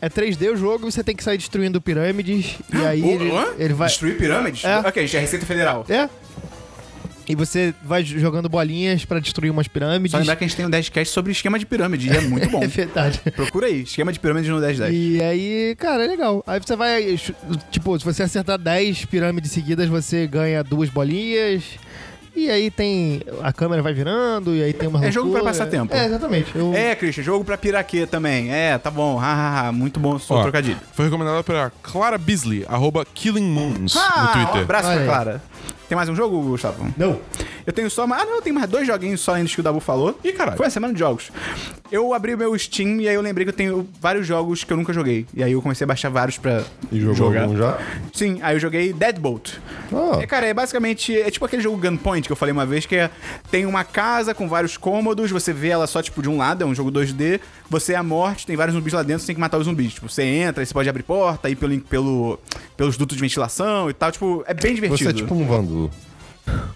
S3: É 3D o jogo e você tem que sair destruindo pirâmides. E aí
S1: O-
S3: ele,
S1: hã?
S3: ele vai.
S1: Destruir pirâmides?
S3: É.
S1: Ok, gente, é Receita Federal.
S3: É? E você vai jogando bolinhas pra destruir umas pirâmides.
S1: Só lembrar que a gente tem um 10 sobre esquema de pirâmide e é muito bom.
S3: É verdade.
S1: Procura aí, esquema de pirâmide no 1010.
S3: E aí, cara, é legal. Aí você vai. chu- Tipo, se você acertar 10 pirâmides seguidas, você ganha duas bolinhas. E aí tem. A câmera vai virando, e aí tem uma.
S1: É jogo pra
S3: loucura.
S1: passar tempo.
S3: É, exatamente. Eu-
S1: É, Christian, jogo pra piraquê também. É, tá bom. Ha, ha, ha. Muito bom só
S4: Ó,
S1: um trocadilho.
S4: Foi recomendada pela Clara Beasley, arroba Killing Moons,
S1: Ah,
S4: no
S1: Um
S4: Twitter.
S1: abraço
S3: Olha
S1: pra
S3: aí.
S1: Clara. Tem mais um jogo, Gustavo?
S3: Não.
S1: Eu Eu tenho só. mais- Ah, não, eu tenho mais dois joguinhos só ainda que o Dabu falou.
S4: Ih, caralho.
S1: Foi a semana de jogos. Eu abri o meu Steam e aí eu lembrei que eu tenho vários jogos que eu nunca joguei. E aí eu comecei a baixar vários pra
S2: E jogou
S1: jogar.
S2: algum já?
S1: Sim, aí eu joguei Deadbolt.
S2: Ah.
S1: É, cara, é basicamente. É tipo aquele jogo Gunpoint que eu falei uma vez, que é. Tem uma casa com vários cômodos, você vê ela só, tipo, de um lado, é um jogo 2D, você é a morte, tem vários zumbis lá dentro, você tem que matar os zumbis. Tipo, você entra, aí você pode abrir porta, ir pelo, pelo, pelos dutos de ventilação e tal. Tipo, é bem divertido.
S2: Você é tipo um vândalo.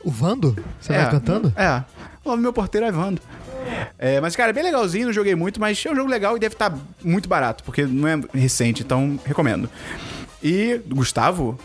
S3: O Vando? Você vai cantando?
S1: É. O nome do meu porteiro é Evandro. É, mas, cara, é bem legalzinho, não joguei muito, mas é um jogo legal e deve estar muito barato, porque não é recente, então recomendo. E, Gustavo,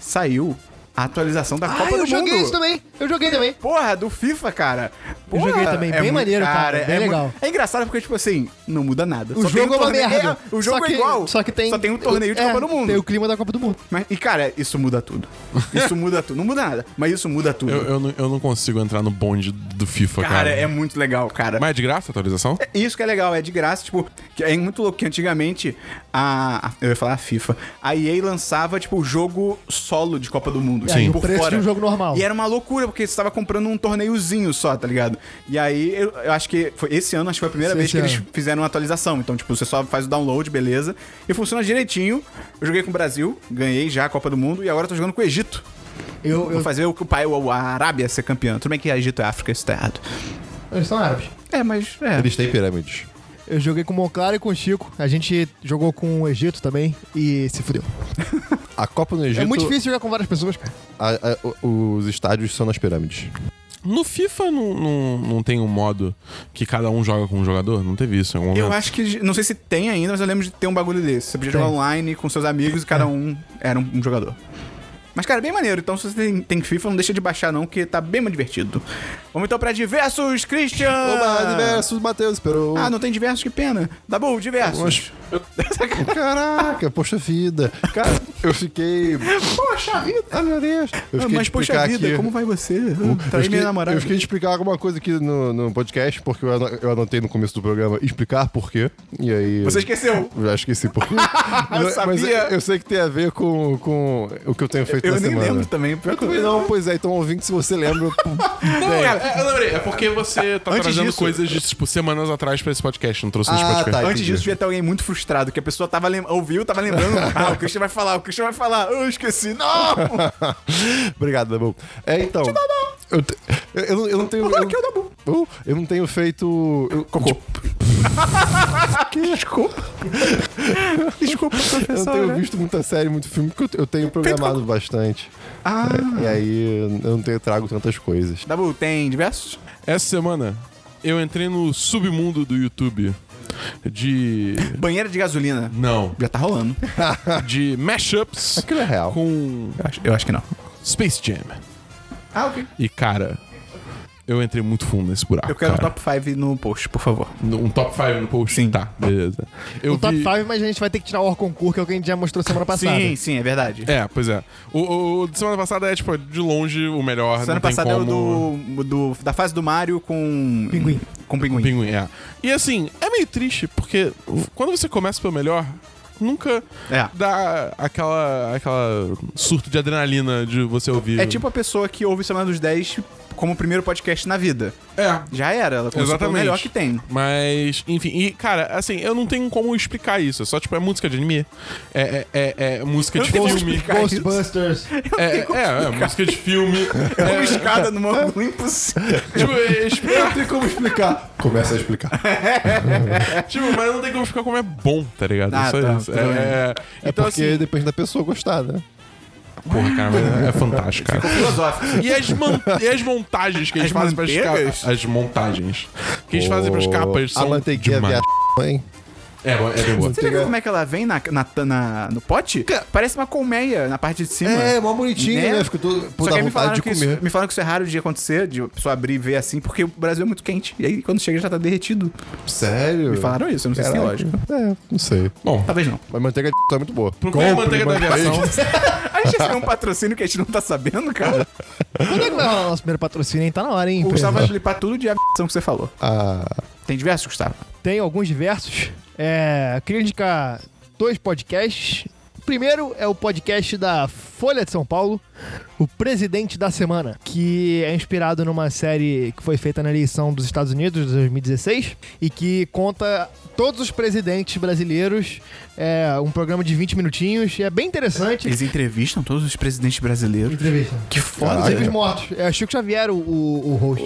S1: saiu a atualização da Copa
S3: eu
S1: do
S3: joguei
S1: Mundo.
S3: isso também. Eu joguei também.
S1: Porra, do FIFA, cara.
S3: Eu
S1: Porra,
S3: joguei também, bem
S1: muito-
S3: maneiro, cara, bem
S1: é mu-
S3: legal.
S1: É engraçado porque, tipo assim, não muda nada.
S3: O
S1: um
S3: jogo é uma
S1: torneio-
S3: merda.
S1: é, o jogo
S3: Só
S1: é
S3: que-
S1: igual.
S3: Só que tem.
S1: Só tem um torneio de
S3: é,
S1: Copa do Mundo.
S3: Tem o clima da Copa do Mundo.
S1: Mas- e, cara, isso muda tudo. Isso muda tudo. Não muda nada, mas isso muda tudo.
S4: Eu, eu, não, eu não consigo entrar no bonde do FIFA, cara.
S1: Cara, é muito legal, cara.
S4: Mas é de graça a atualização?
S1: Isso que é legal, é de graça, tipo, que é muito louco que antigamente a, a- eu ia falar a FIFA, a EA lançava tipo o jogo solo de Copa do Mundo,
S3: Sim.
S1: tipo,
S3: O preço de um jogo normal.
S1: E era uma loucura porque você tava comprando um torneiozinho só, tá ligado? E aí eu, eu acho que foi esse ano, acho que foi a primeira
S3: Sim,
S1: vez que
S3: esse
S1: eles
S3: ano.
S1: fizeram uma atualização. Então, tipo, você só faz o download, beleza? E funciona direitinho. Eu joguei com o Brasil, ganhei já a Copa do Mundo e agora eu tô jogando com o Egito.
S3: Eu,
S1: Vou
S3: eu,
S1: fazer o que o pai, o- a Arábia ser campeão. Tudo bem que Egito é África, isso tá errado.
S3: eles são árabes.
S1: É, mas é.
S2: Eles têm pirâmides.
S3: Eu joguei com o Monclar e com o Chico. A gente jogou com o Egito também e se fudeu.
S2: A Copa no Egito,
S3: É muito difícil jogar com várias pessoas, cara.
S2: a- a- o- os estádios são nas pirâmides.
S4: No FIFA não, não, não tem um modo que cada um joga com um jogador? Não teve isso em algum
S1: Eu
S4: momento?
S1: acho que. Não sei se tem ainda, mas eu lembro de ter um bagulho desse. Você podia
S3: Tem.
S1: jogar online com seus amigos e
S2: É.
S1: cada um era um, um jogador. Mas, cara, é bem maneiro. Então, se você tem, tem FIFA, não deixa de baixar, não, que tá bem mais divertido. Vamos então pra diversos, Christian!
S2: Oba, diversos, Matheus, pero...
S1: Ah, não tem diversos? Que pena. Dabu, diversos.
S2: Caraca, poxa vida. Cara, eu fiquei...
S1: Poxa vida!
S2: Ai, meu Deus. Eu
S1: Ah,
S2: fiquei
S1: Mas,
S2: de
S1: poxa
S2: explicar
S1: vida,
S2: aqui-
S1: como vai você? Ah,
S2: eu
S1: Traz
S2: fiquei,
S1: minha namorada.
S2: eu fiquei de explicar alguma coisa aqui no, no podcast, porque eu, ano- eu anotei no começo do programa explicar por quê. E aí.
S1: Você esqueceu.
S2: Eu já esqueci por quê. Mas eu,
S1: sabia.
S2: eu sei que tem a ver com, com o que eu tenho feito
S1: Eu
S2: na
S1: nem
S2: semana.
S1: lembro também. pior
S2: Eu
S1: que-
S2: também não, pois é, então ouvinte, se você lembra. pô,
S4: Não, cara, é, eu lembrei. É porque você tá
S1: Ah, Antes
S4: trazendo
S1: disso-
S4: coisas de, tipo, semanas atrás pra esse podcast. Não trouxe nesse
S2: Ah,
S4: podcast.
S2: tá.
S1: Antes
S2: entendi.
S1: disso, devia ter alguém muito frustrado, que a pessoa tava lem- ouviu, tava lembrando. Ah, o Christian vai falar, o Christian vai falar. Eu esqueci. Não!
S2: Obrigado, Dabu. É, então. Eu, te- eu, eu não- eu não tenho.
S1: Aqui é o
S2: eu,
S1: Dabu.
S2: Uh, eu não tenho feito. Eu, tipo,
S1: Cocô. Desculpa. Desculpa,
S2: eu não
S1: professor.
S2: tenho visto muita série, muito filme, porque eu, eu tenho programado bastante.
S1: Ah.
S2: E aí eu não tenho, trago tantas coisas.
S1: Dabu, tem diversos?
S4: Essa semana, eu entrei no submundo do YouTube de...
S1: Banheira de gasolina.
S4: Não.
S1: Já tá rolando.
S4: De mashups
S2: Aquilo é real.
S4: com
S1: Eu acho, eu acho que não.
S4: Space Jam.
S1: Ah, ok.
S4: E, cara, eu entrei muito fundo nesse buraco,
S1: Eu quero
S4: cara.
S1: um top 5 no post, por favor.
S4: No- um top 5 no post?
S1: Sim. Um
S4: Tá, beleza. Eu
S3: O top
S4: vi-
S3: 5, mas a gente vai ter que tirar o Orconcourt, que é o que a gente já mostrou semana passada.
S1: Sim, sim, é verdade.
S4: É, pois é. O, o- o de semana passada é, tipo, de longe o melhor.
S1: Semana
S4: não tem
S1: passada é o
S4: como...
S1: do, do- da fase do Mario com.
S3: Pinguim.
S1: Com pinguim.
S4: Pinguim, é. E assim, é meio triste, porque quando você começa pelo melhor, nunca
S1: É.
S4: dá aquela, aquela surto de adrenalina de você ouvir.
S1: É tipo a pessoa que ouve Semana dos 10 como primeiro podcast na vida.
S4: É.
S1: Já era, ela começou pelo
S4: Exatamente.
S1: melhor que tem.
S4: Mas, enfim, e cara, assim, eu não tenho como explicar isso. É só, tipo, é música de anime. É, é, é, é música
S1: Eu
S4: de
S1: não tenho como
S4: filme.
S1: explicar.
S3: Ghostbusters.
S4: É, é, é, música de filme.
S1: É uma escada numa impossível.
S4: tipo, é, explica-
S2: Não tem como explicar. Começa a explicar.
S4: tipo, mas não tem como explicar como é bom, tá ligado?
S1: Ah,
S4: só
S1: tá,
S4: isso.
S1: tudo
S4: É,
S1: bem.
S4: é-
S2: É
S4: então,
S2: porque
S4: assim,
S2: depende da pessoa gostar, né?
S4: porra, cara, mas é fantástico, cara.
S1: Filosófico.
S4: E as, mon- e as montagens que eles
S1: As
S4: fazem pras
S1: manteigas? Oh,
S4: capas. As montagens. Que eles fazem pras capas
S2: A
S4: são.
S2: manteiguinha
S4: demais.
S2: via hein?
S4: É, bo- é bem boa.
S1: Você já viu como é que ela vem na, na- na- no pote? Parece uma colmeia na parte de cima.
S2: É, mó bonitinha,
S1: É, Né?
S2: Ficou todo. Pô,
S1: Só
S2: dá
S1: que aí me
S2: vontade
S1: falaram
S2: de
S1: que, isso,
S2: comer.
S1: me falaram que isso é raro de acontecer, de a pessoa abrir e ver assim, porque o Brasil é muito quente. E aí quando chega já tá derretido.
S2: Sério?
S1: Me falaram isso, eu não sei se é
S2: Caraca.
S1: lógico.
S2: É, não sei.
S4: Bom,
S1: Talvez não.
S2: Mas manteiga de é muito boa.
S4: procura
S2: Compre
S4: manteiga da aviação.
S1: A gente recebeu um patrocínio que a gente não tá sabendo, cara.
S3: Quando é que vai rolar o nosso primeiro patrocínio, hein? Tá na hora, hein?
S1: O
S3: empresa?
S1: Gustavo vai flipar tudo de aviação que você falou.
S2: Ah,
S1: Tem diversos, Gustavo.
S3: Tem alguns diversos. É, queria indicar dois podcasts. O primeiro é o podcast da Folha de São Paulo, o Presidente da Semana, que é inspirado numa série que foi feita na eleição dos Estados Unidos de 2016 e que conta todos os presidentes brasileiros. É um programa de 20 minutinhos e é bem interessante.
S1: Eles entrevistam todos os presidentes brasileiros.
S3: Entrevista.
S1: Que foda.
S3: Inclusive os mortos. É Chico Xavier o, o, o host.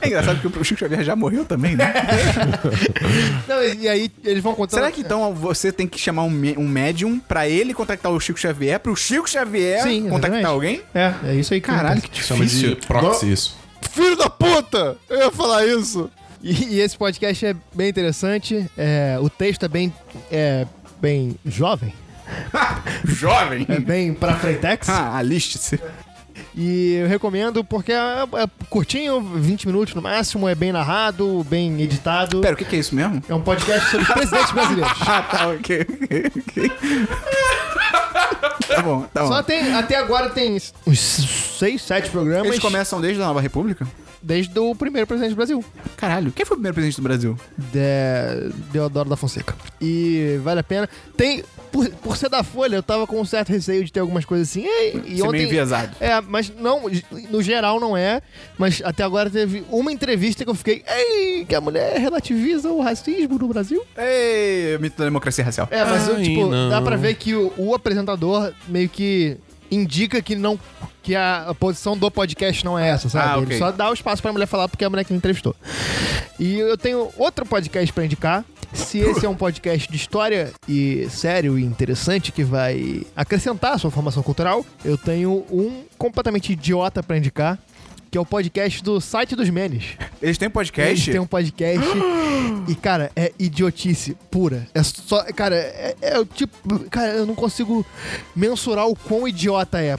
S1: É engraçado que o Chico Xavier já morreu também, né?
S3: Não, e, e aí eles vão contando.
S1: Será que então você tem que chamar um, mé- um médium pra ele contactar o Chico Xavier, pro Chico Xavier
S3: Sim,
S1: contactar
S3: exatamente.
S1: alguém?
S3: É, é isso aí. que
S1: Caralho,
S3: acontece.
S1: que
S4: Chama
S1: difícil.
S4: de proxy isso.
S2: Filho da puta! Eu ia falar isso.
S3: E, e esse podcast é bem interessante. é, o texto é bem, é, bem jovem.
S1: Jovem.
S3: É bem pra Freitex.
S1: Ah, aliste-se.
S3: E eu recomendo porque é, é curtinho, 20 minutos no máximo, é bem narrado, bem editado.
S1: Pera, o que, que é isso mesmo?
S3: É um podcast sobre presidentes brasileiros.
S1: Ah, tá, ok. ok, ok. tá bom, tá bom.
S3: Só tem, até agora tem uns 6, 7 programas
S1: Eles começam desde a Nova República?
S3: desde o primeiro presidente do Brasil,
S1: Caralho, quem foi o primeiro presidente do Brasil?
S3: de Deodoro da Fonseca. E vale a pena. Tem, por, por ser da Folha, eu tava com um certo receio de ter algumas coisas assim. E, e
S1: Você é meio
S3: ontem,
S1: enviesado.
S3: É, mas não, no geral não é. Mas até agora teve uma entrevista que eu fiquei. Ei, que a mulher relativiza o racismo no Brasil.
S1: Ei, mito da democracia racial.
S3: É, mas eu,
S4: Ai,
S3: tipo,
S4: não.
S3: dá pra ver que o, o apresentador meio que indica que não. Que a, a posição do podcast não é essa, sabe?
S1: Ah, ok.
S3: Ele só dá o espaço pra mulher falar porque é a mulher que me entrevistou. E eu tenho outro podcast pra indicar. Se esse é um podcast de história e sério e interessante que vai acrescentar a sua formação cultural, eu tenho um completamente idiota pra indicar, que é o podcast do site dos Menes.
S1: Eles têm
S3: Eles
S1: podcast?
S3: têm um podcast. e, cara, é idiotice pura. É só. Cara, é, é o tipo. Cara, eu não consigo mensurar o quão idiota é.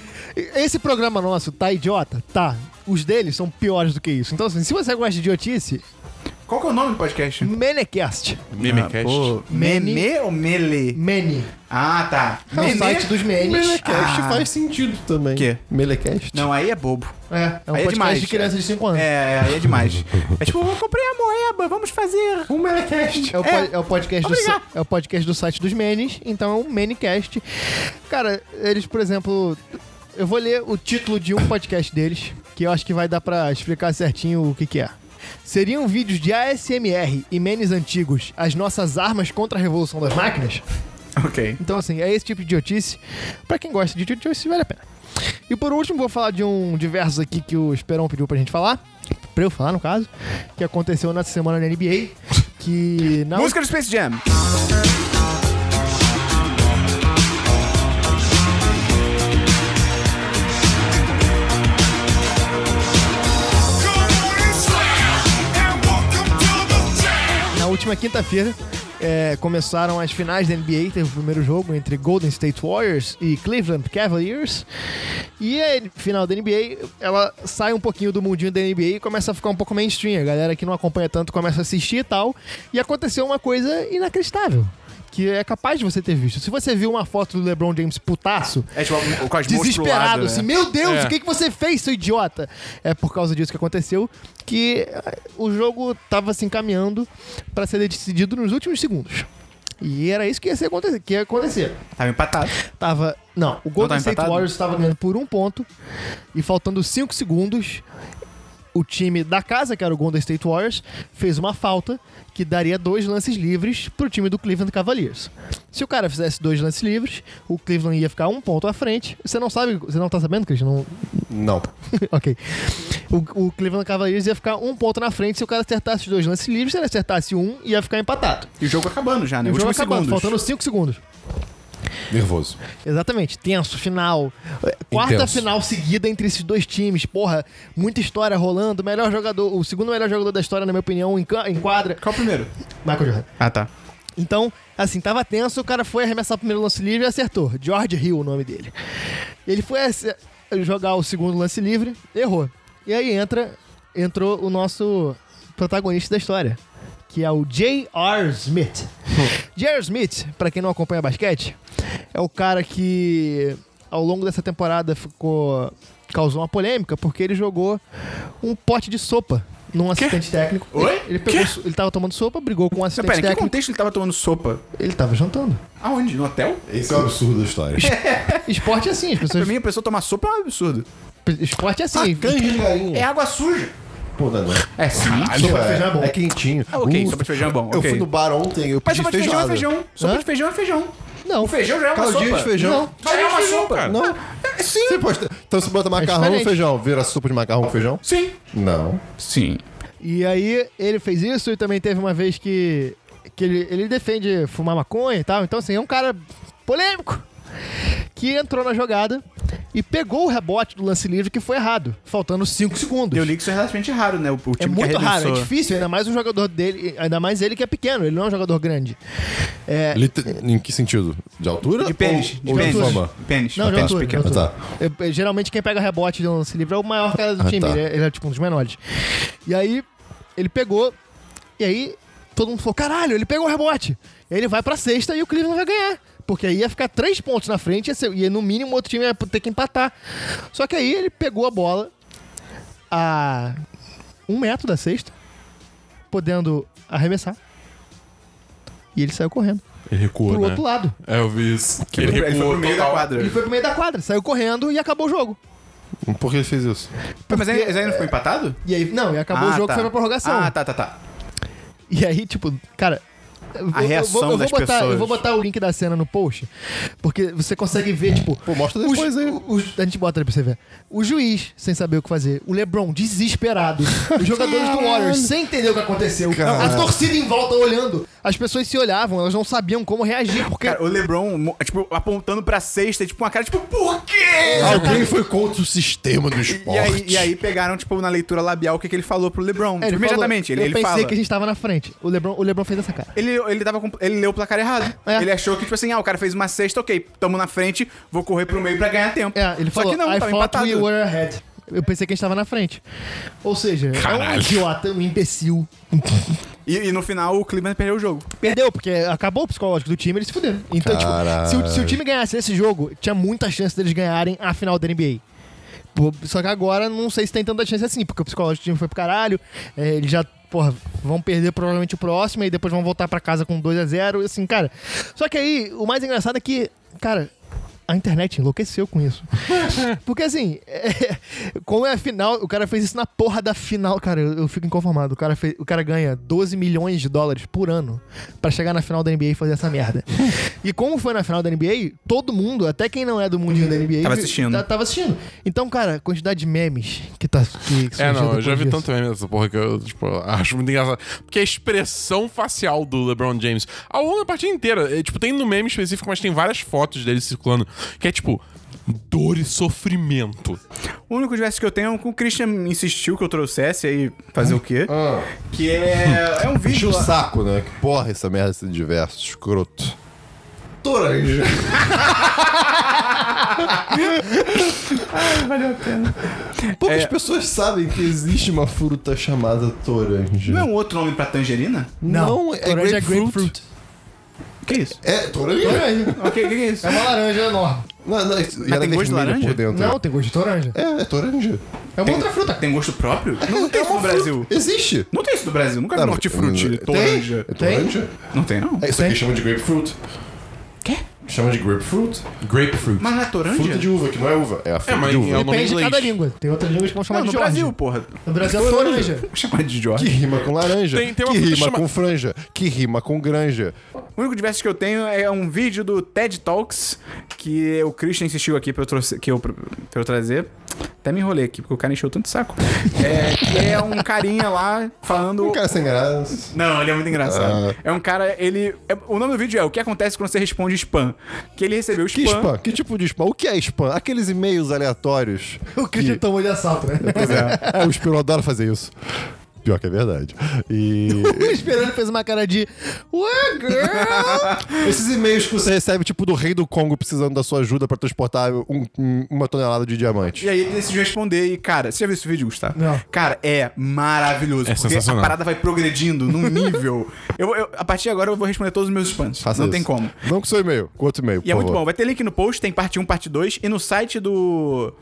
S3: Esse programa nosso tá idiota? Tá. Os deles são piores do que isso. Então, assim, se você gosta de idiotice,
S1: Qual que é o nome do podcast? Ah,
S3: Menecast.
S4: Memecast.
S1: pô,
S3: Mene.
S1: Meme ou Mele?
S3: Mene.
S1: Ah, tá.
S3: É o
S1: Mene?
S3: site dos menes.
S2: Melecast
S1: Ah.
S2: faz sentido também.
S1: Quê?
S2: Melecast?
S1: Não, aí é bobo.
S3: É, é um
S1: Aí é
S3: podcast
S1: demais,
S3: de criança de 5 anos. É.
S1: É, aí é demais. É tipo, eu comprei a moeba, vamos fazer.
S2: Um Melecast.
S3: o, po-
S1: É.
S3: é o podcast do,
S1: Obrigado.
S3: sa- é o podcast do site dos Menes, então é um Menecast. Cara, eles, por exemplo, eu vou ler o título de um podcast deles, que eu acho que vai dar pra explicar certinho o que que é. Seriam vídeos de ASMR e menes antigos, as nossas armas contra a revolução das máquinas?
S1: Ok.
S3: Então, assim, é esse tipo de idiotice. Pra quem gosta de idiotice, vale a pena. E por último, vou falar de um diverso aqui que o Esperão pediu pra gente falar. Pra eu falar, no caso. Que aconteceu na semana na NBA. Que na
S1: Música do Space Jam.
S3: Na última quinta-feira, é, começaram as finais da NBA, teve o primeiro jogo entre Golden State Warriors e Cleveland Cavaliers. E a final da NBA, ela sai um pouquinho do mundinho da NBA e começa a ficar um pouco mainstream. A galera que não acompanha tanto começa a assistir e tal. E aconteceu uma coisa inacreditável. Que é capaz de você ter visto. Se você viu uma foto do LeBron James putaço,
S1: É tipo, o Cosmo
S3: desesperado,
S1: né?
S3: assim, meu Deus,
S4: É.
S3: o que, que você fez, seu idiota? É por causa disso que aconteceu que eh, o jogo tava se encaminhando para ser decidido nos últimos segundos. E era isso que ia, ser acontecer, que ia acontecer.
S1: Tava Tá empatado.
S3: Tava. Não, o Golden
S1: tava
S3: State
S1: tá empatado?
S3: Warriors estava ganhando por um ponto. E faltando cinco segundos, o time da casa, que era o Golden State Warriors, fez uma falta que daria dois lances livres pro time do Cleveland Cavaliers. Se o cara fizesse dois lances livres, o Cleveland ia ficar um ponto à frente. Você não sabe, você não tá sabendo, Christian? Não,
S2: Não.
S3: ok. O, o Cleveland Cavaliers ia ficar um ponto na frente se o cara acertasse os dois lances livres. Se ele acertasse um, ia ficar empatado.
S1: E o jogo acabando já, né?
S3: E o jogo
S1: Últimos
S3: acabando,
S1: segundos.
S3: faltando cinco segundos.
S2: Nervoso.
S3: Exatamente, tenso, final. Quarta
S2: Intenso.
S3: final seguida entre esses dois times. Porra, muita história rolando. Melhor jogador, o segundo melhor jogador da história, na minha opinião, em ca- em quadra.
S1: Qual o primeiro?
S3: Michael Jordan.
S1: Ah, tá.
S3: Então, assim, tava tenso, o cara foi arremessar o primeiro lance livre e acertou. George Hill, o nome dele. Ele foi ace- jogar o segundo lance livre, errou. E aí entra, entrou o nosso protagonista da história, que é o J.R. Smith. J.R. Smith, pra quem não acompanha basquete, é o cara que ao longo dessa temporada ficou causou uma polêmica porque ele jogou um pote de sopa num assistente técnico.
S1: Oi?
S3: Ele, pegou,
S1: Quê?
S3: so- ele tava tomando sopa, brigou com um
S1: Não,
S3: assistente
S1: pera, em que
S3: técnico.
S1: contexto ele tava tomando sopa?
S3: Ele tava jantando.
S1: Aonde? No hotel?
S2: Esse é o absurdo da história.
S3: Esporte é assim, as
S1: Pra
S3: pessoas.
S1: mim, a pessoa tomar sopa é um absurdo.
S3: Esporte é assim.
S2: Canja de galinha.
S1: É água suja.
S2: Pô, não, não.
S1: É sim.
S2: Sopa
S3: de feijão é bom.
S2: É quentinho.
S1: Ah, ok,
S2: Uh,
S1: sopa de feijão é bom,
S2: Eu
S1: ok.
S2: fui no bar ontem, eu
S1: Mas
S2: pedi
S1: sopa de feijão é
S2: feijoada.
S1: feijão. Sopa
S3: Hã?
S1: de feijão é feijão.
S3: Não.
S1: O feijão já é uma
S2: Caldinho
S1: sopa.
S2: de feijão.
S3: Não.
S1: Já é uma sopa.
S4: Não.
S2: Não.
S1: Sim.
S2: Você pode ter- Então você bota macarrão no
S3: diferente.
S2: feijão, vira sopa de macarrão com feijão?
S1: Sim.
S2: Não.
S1: Sim.
S3: E aí ele fez isso e também teve uma vez que, que ele, ele defende fumar maconha e tal. Então, assim, é um cara polêmico que entrou na jogada e pegou o rebote do lance livre que foi errado, faltando 5 segundos.
S1: Eu li que isso é relativamente raro, né? O, o time
S3: É
S1: que
S3: muito raro, é
S1: arremessou.
S3: difícil, ainda mais um jogador dele, ainda mais ele que é pequeno, ele não é um jogador grande. É,
S2: Liter- Em que sentido? De altura?
S1: De pênis.
S2: Ou-
S1: De
S2: ou
S1: pênis.
S2: forma?
S1: Pênis.
S3: Não, de
S1: pênis
S3: altura,
S1: pequeno.
S3: de
S2: Ah, tá.
S3: É, é, Geralmente quem pega rebote de um lance livre é o maior cara do
S2: Ah,
S3: time.
S2: tá.
S3: Ele, é, ele é, tipo um dos menores. E aí, ele pegou. E aí, todo mundo falou: caralho, ele pegou o rebote. E aí ele vai pra sexta e o Cleveland vai ganhar. Porque aí ia ficar três pontos na frente ia ser- e no mínimo o outro time ia ter que empatar. Só que aí ele pegou a bola a um metro da sexta, podendo arremessar. E ele saiu correndo
S4: Ele recuou,
S3: pro
S4: né?
S3: outro lado.
S4: É, eu vi isso. Que ele,
S1: Ele, ele foi
S4: recuou
S1: pro meio da
S4: total.
S1: quadra.
S3: Ele foi pro meio da quadra, saiu correndo e acabou o jogo.
S2: Hum, Por que ele fez isso?
S1: Pô, Mas aí, mas aí não ficou empatado?
S3: E aí, não, e acabou o
S1: Ah,
S3: jogo,
S1: tá.
S3: foi pra prorrogação.
S1: Ah, tá, tá, tá.
S3: E aí, tipo, cara. eu vou-
S1: reação
S3: eu vou, eu vou
S1: das
S3: botar,
S1: pessoas.
S3: Eu vou botar o link da cena no post, porque você consegue ver, tipo.
S2: Pô, mostra depois
S3: os-
S2: aí.
S3: os- a gente bota ali pra você ver. O juiz, sem saber o que fazer. O LeBron, desesperado. Os jogadores do Warriors, sem entender o que aconteceu.
S2: Cara.
S3: A torcida em volta olhando. As pessoas se olhavam, elas não sabiam como reagir, porque.
S1: Cara, o LeBron, mo- tipo, apontando pra sexta, tipo, uma cara, tipo, por quê?
S2: Alguém foi contra Ah, o sistema do esporte.
S1: E aí, e aí pegaram, tipo, na leitura labial o que, que ele falou pro LeBron.
S3: É,
S1: Tipo, imediatamente, ele,
S3: falou,
S1: ele
S3: Eu pensei
S1: fala.
S3: que a gente tava na frente. O LeBron, o LeBron fez essa cara.
S1: Ele, ele, tava com- ele leu o placar errado.
S3: É.
S1: Ele achou que, tipo assim, ah, o cara fez uma sexta, ok, tamo na frente, vou correr pro meio pra ganhar tempo.
S3: É, ele
S1: Só
S3: falou,
S1: que não,
S3: I
S1: tava
S3: thought
S1: empatado.
S3: we were ahead. Eu pensei que a gente tava na frente. Ou seja, é um
S4: Caralho.
S3: idiota, um imbecil.
S1: E, e no final o Cleveland perdeu o jogo.
S3: Perdeu, porque acabou o psicológico do time, eles se fuderam. Então,
S2: Caralho.
S3: tipo, se o, se o time ganhasse esse jogo, tinha muita chance deles ganharem a final da NBA. Pô, Só que agora não sei se tem tanta chance assim, porque o psicológico do time foi pro caralho, é, eles já, porra, vão perder provavelmente o próximo, e depois vão voltar pra casa com 2 a 0 e assim, cara. Só que aí, o mais engraçado é que, cara, a internet enlouqueceu com isso. Porque assim, é, como é a final, o cara fez isso na porra da final, cara, eu, eu fico inconformado. O cara, fez, o cara ganha 12 milhões de dólares por ano pra chegar na final da NBA e fazer essa merda. e como foi na final da NBA, todo mundo, até quem não é do mundinho da NBA,
S1: Tava
S3: vi-
S1: assistindo.
S3: tá- tava assistindo. Então, cara, a quantidade de memes que tá que, que
S4: É,
S3: surgiu
S4: não, eu
S3: depois
S4: já vi
S3: disso.
S4: tanto meme dessa porra que eu, tipo, acho muito engraçado. Porque a expressão facial do LeBron James, ao longo da partida inteira, é, tipo, tem no meme específico, mas tem várias fotos dele circulando, que é tipo, dor e sofrimento.
S1: O único diverso que eu tenho é um que o Christian insistiu que eu trouxesse aí fazer o quê? Que é. É um
S2: Enche
S1: vídeo
S2: o
S1: lá.
S2: saco, né? Que porra essa merda, esse diverso, escroto. Toranja.
S1: Valeu a pena. É.
S2: Poucas pessoas sabem que existe uma fruta chamada toranja.
S1: Não é um outro nome pra tangerina?
S2: Não, é
S3: Toranja
S2: grapefruit.
S1: Que isso?
S2: É, toranja.
S3: Toranja.
S1: Ok, que, que é isso?
S3: É uma laranja enorme.
S2: Não, não, isso- e ela
S1: tem gosto de
S2: é vermelha
S1: laranja?
S2: Por dentro.
S3: Não, tem gosto de toranja.
S2: É, é toranja. É
S3: É uma outra fruta.
S1: Tem gosto próprio? Não, não tem isso no Brasil.
S2: Existe.
S1: Não tem isso no Brasil. Nunca vi um hortifruti,
S2: Tem?
S1: toranja.
S2: É toranja?
S1: Não tem, não.
S2: É, isso aqui chama de grapefruit.
S1: Quê?
S2: Chama de grapefruit.
S4: Grapefruit.
S1: Mas não é toranja?
S2: Fruta de uva, que não é uva. É a fruta
S4: mas
S2: de uva.
S4: é o nome
S3: Depende de
S4: inglês.
S3: cada língua. Tem outras línguas que vão chamar
S1: Não, no
S3: de Jorge.
S1: Brasil, porra.
S3: No Brasil é toranja.
S1: Chamar de Jorge.
S2: Que rima com laranja.
S4: Tem- tem uma
S2: que
S4: fruta
S2: rima
S4: chama-
S2: com franja. Que rima com granja.
S1: O único diverso que eu tenho é um vídeo do TED Talks que o Christian insistiu aqui pra eu, trouxe- que eu- pra eu trazer. Até me enrolei aqui, porque o cara encheu tanto o saco. É, que é um carinha lá falando.
S2: Um cara sem graça.
S1: Não, ele é muito engraçado.
S2: Ah.
S1: É um cara, ele. é- o nome do vídeo é O que acontece quando você responde spam? Que ele recebeu spam.
S2: Que spam? Que tipo de spam? O que é spam? Aqueles e-mails aleatórios.
S3: O Christian tomou de assalto, né?
S2: Pois é. é, o Spiro adora fazer isso. Pior que é verdade. E.
S3: O Esperando fez uma cara de. Ué, girl!
S2: Esses e-mails que você recebe, tipo, do rei do Congo precisando da sua ajuda pra transportar um- um- uma tonelada de
S1: E é-
S2: diamante.
S1: aí ele decidiu responder e, cara, você já viu esse vídeo, Gustavo?
S3: Não.
S1: Cara, é maravilhoso.
S4: É
S1: porque
S4: sensacional.
S1: a parada vai progredindo num nível. eu, eu- a partir de agora eu vou responder todos os meus spams.
S2: Faça
S1: Não
S2: isso.
S1: tem como. é
S2: Não com seu e-mail, com outro e-mail.
S1: um, E é muito bom. Vai ter link no post, tem parte 1, parte 2. E no site do.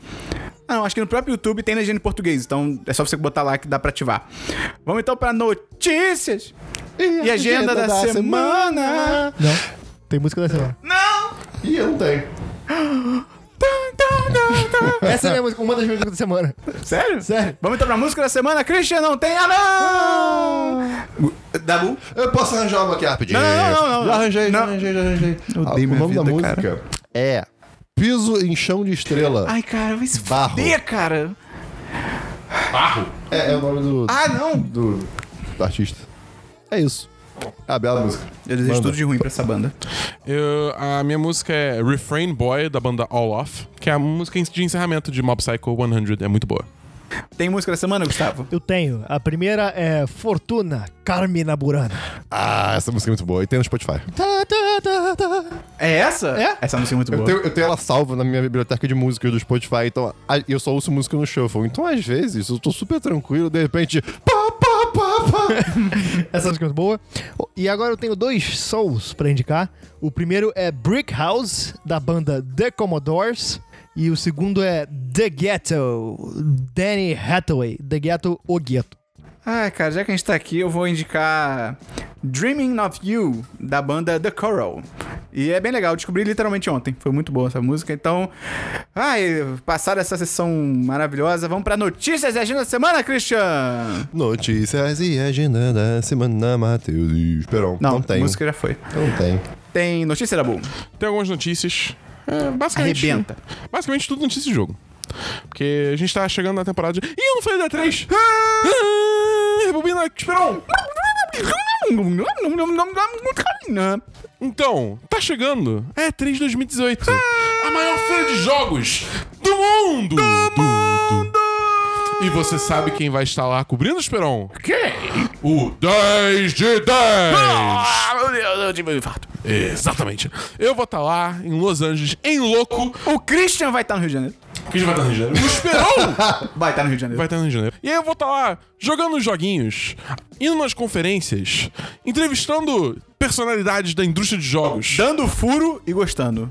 S1: Ah, não, acho que no próprio YouTube tem legenda em português, então é só você botar lá que dá pra ativar. Vamos então pra notícias e agenda da, semana.
S3: Não. Tem música da semana.
S1: Não!
S2: E eu não tenho.
S1: Tá, tá, tá, tá.
S3: Essa é a minha música, uma das minhas músicas da semana.
S1: Sério?
S3: Sério.
S1: Vamos então pra música da semana, Christian, não tem ah, não! Dabu?
S2: Eu posso arranjar uma aqui rapidinho?
S1: Não, não, não, não.
S2: Já arranjei, já
S1: Não.
S2: arranjei, já arranjei. Ah,
S1: odeio
S2: o
S1: minha
S2: nome da
S1: vida, cara.
S2: música é Piso em Chão de Estrela.
S1: Ai, cara, vai se
S2: Barro.
S1: fuder, cara.
S2: É, é o nome do,
S1: Ah, não!
S2: do, do artista. É isso. É a bela música.
S1: Eu desejo
S2: Manda.
S1: tudo de ruim pra essa banda.
S4: Eu- a minha música é Refrain Boy, da banda All Off, que é a música de encerramento de Mob Psycho 100. É muito boa.
S1: Tem música da semana, Gustavo?
S3: Eu tenho. A primeira é Fortuna, Carmina Burana.
S2: Ah, essa música é muito boa. E tem no Spotify.
S3: Tá, tá, tá, tá.
S1: É essa?
S3: É.
S1: Essa música é muito
S2: Eu
S1: boa.
S2: tenho, eu tenho ela salva na minha biblioteca de músicas do Spotify, então a- eu só ouço música no shuffle. Então, às vezes, eu tô super tranquilo, de repente. Pá, pá, pá, pá.
S3: Essa música é muito boa. E agora eu tenho dois souls pra indicar. O primeiro é Brick House, da banda The Commodores. E o segundo é The Ghetto, Danny Hathaway. The Ghetto, o Ghetto.
S1: Ah, cara, já que a gente tá aqui, eu vou indicar Dreaming of You, da banda The Coral. E é bem legal, eu descobri literalmente ontem. Foi muito boa essa música, então. Ai, passar essa sessão maravilhosa, vamos pra notícias e agenda da semana, Christian!
S2: Notícias e agenda da semana, Matheus. e Esperão. Não,
S1: Não,
S2: tem.
S1: música já foi.
S2: Não tem.
S1: Tem notícia da Bull.
S4: Tem algumas notícias. É, basicamente.
S1: Arrebenta.
S4: Basicamente tudo notícia de jogo. Porque a gente tá chegando na temporada de. Ih, eu não falei da 3! Rebobina, Esperon! Então, tá chegando a E3 2018. A maior feira de jogos do mundo! Do mundo! E você sabe quem vai estar lá cobrindo o Esperon? Quem? O 10 de 10!
S1: Ah, meu Deus, eu tive um infarto.
S4: Exatamente. Eu vou estar lá em Los Angeles, em louco.
S1: O Christian vai estar no Rio de Janeiro.
S4: O que a gente vai estar no Rio de Janeiro? O Esperon!
S1: Vai estar no Rio de Janeiro.
S4: Vai estar no Rio de Janeiro. E aí eu vou estar lá jogando os joguinhos, indo nas conferências, entrevistando personalidades da indústria de jogos.
S1: tá Dando furo e gostando.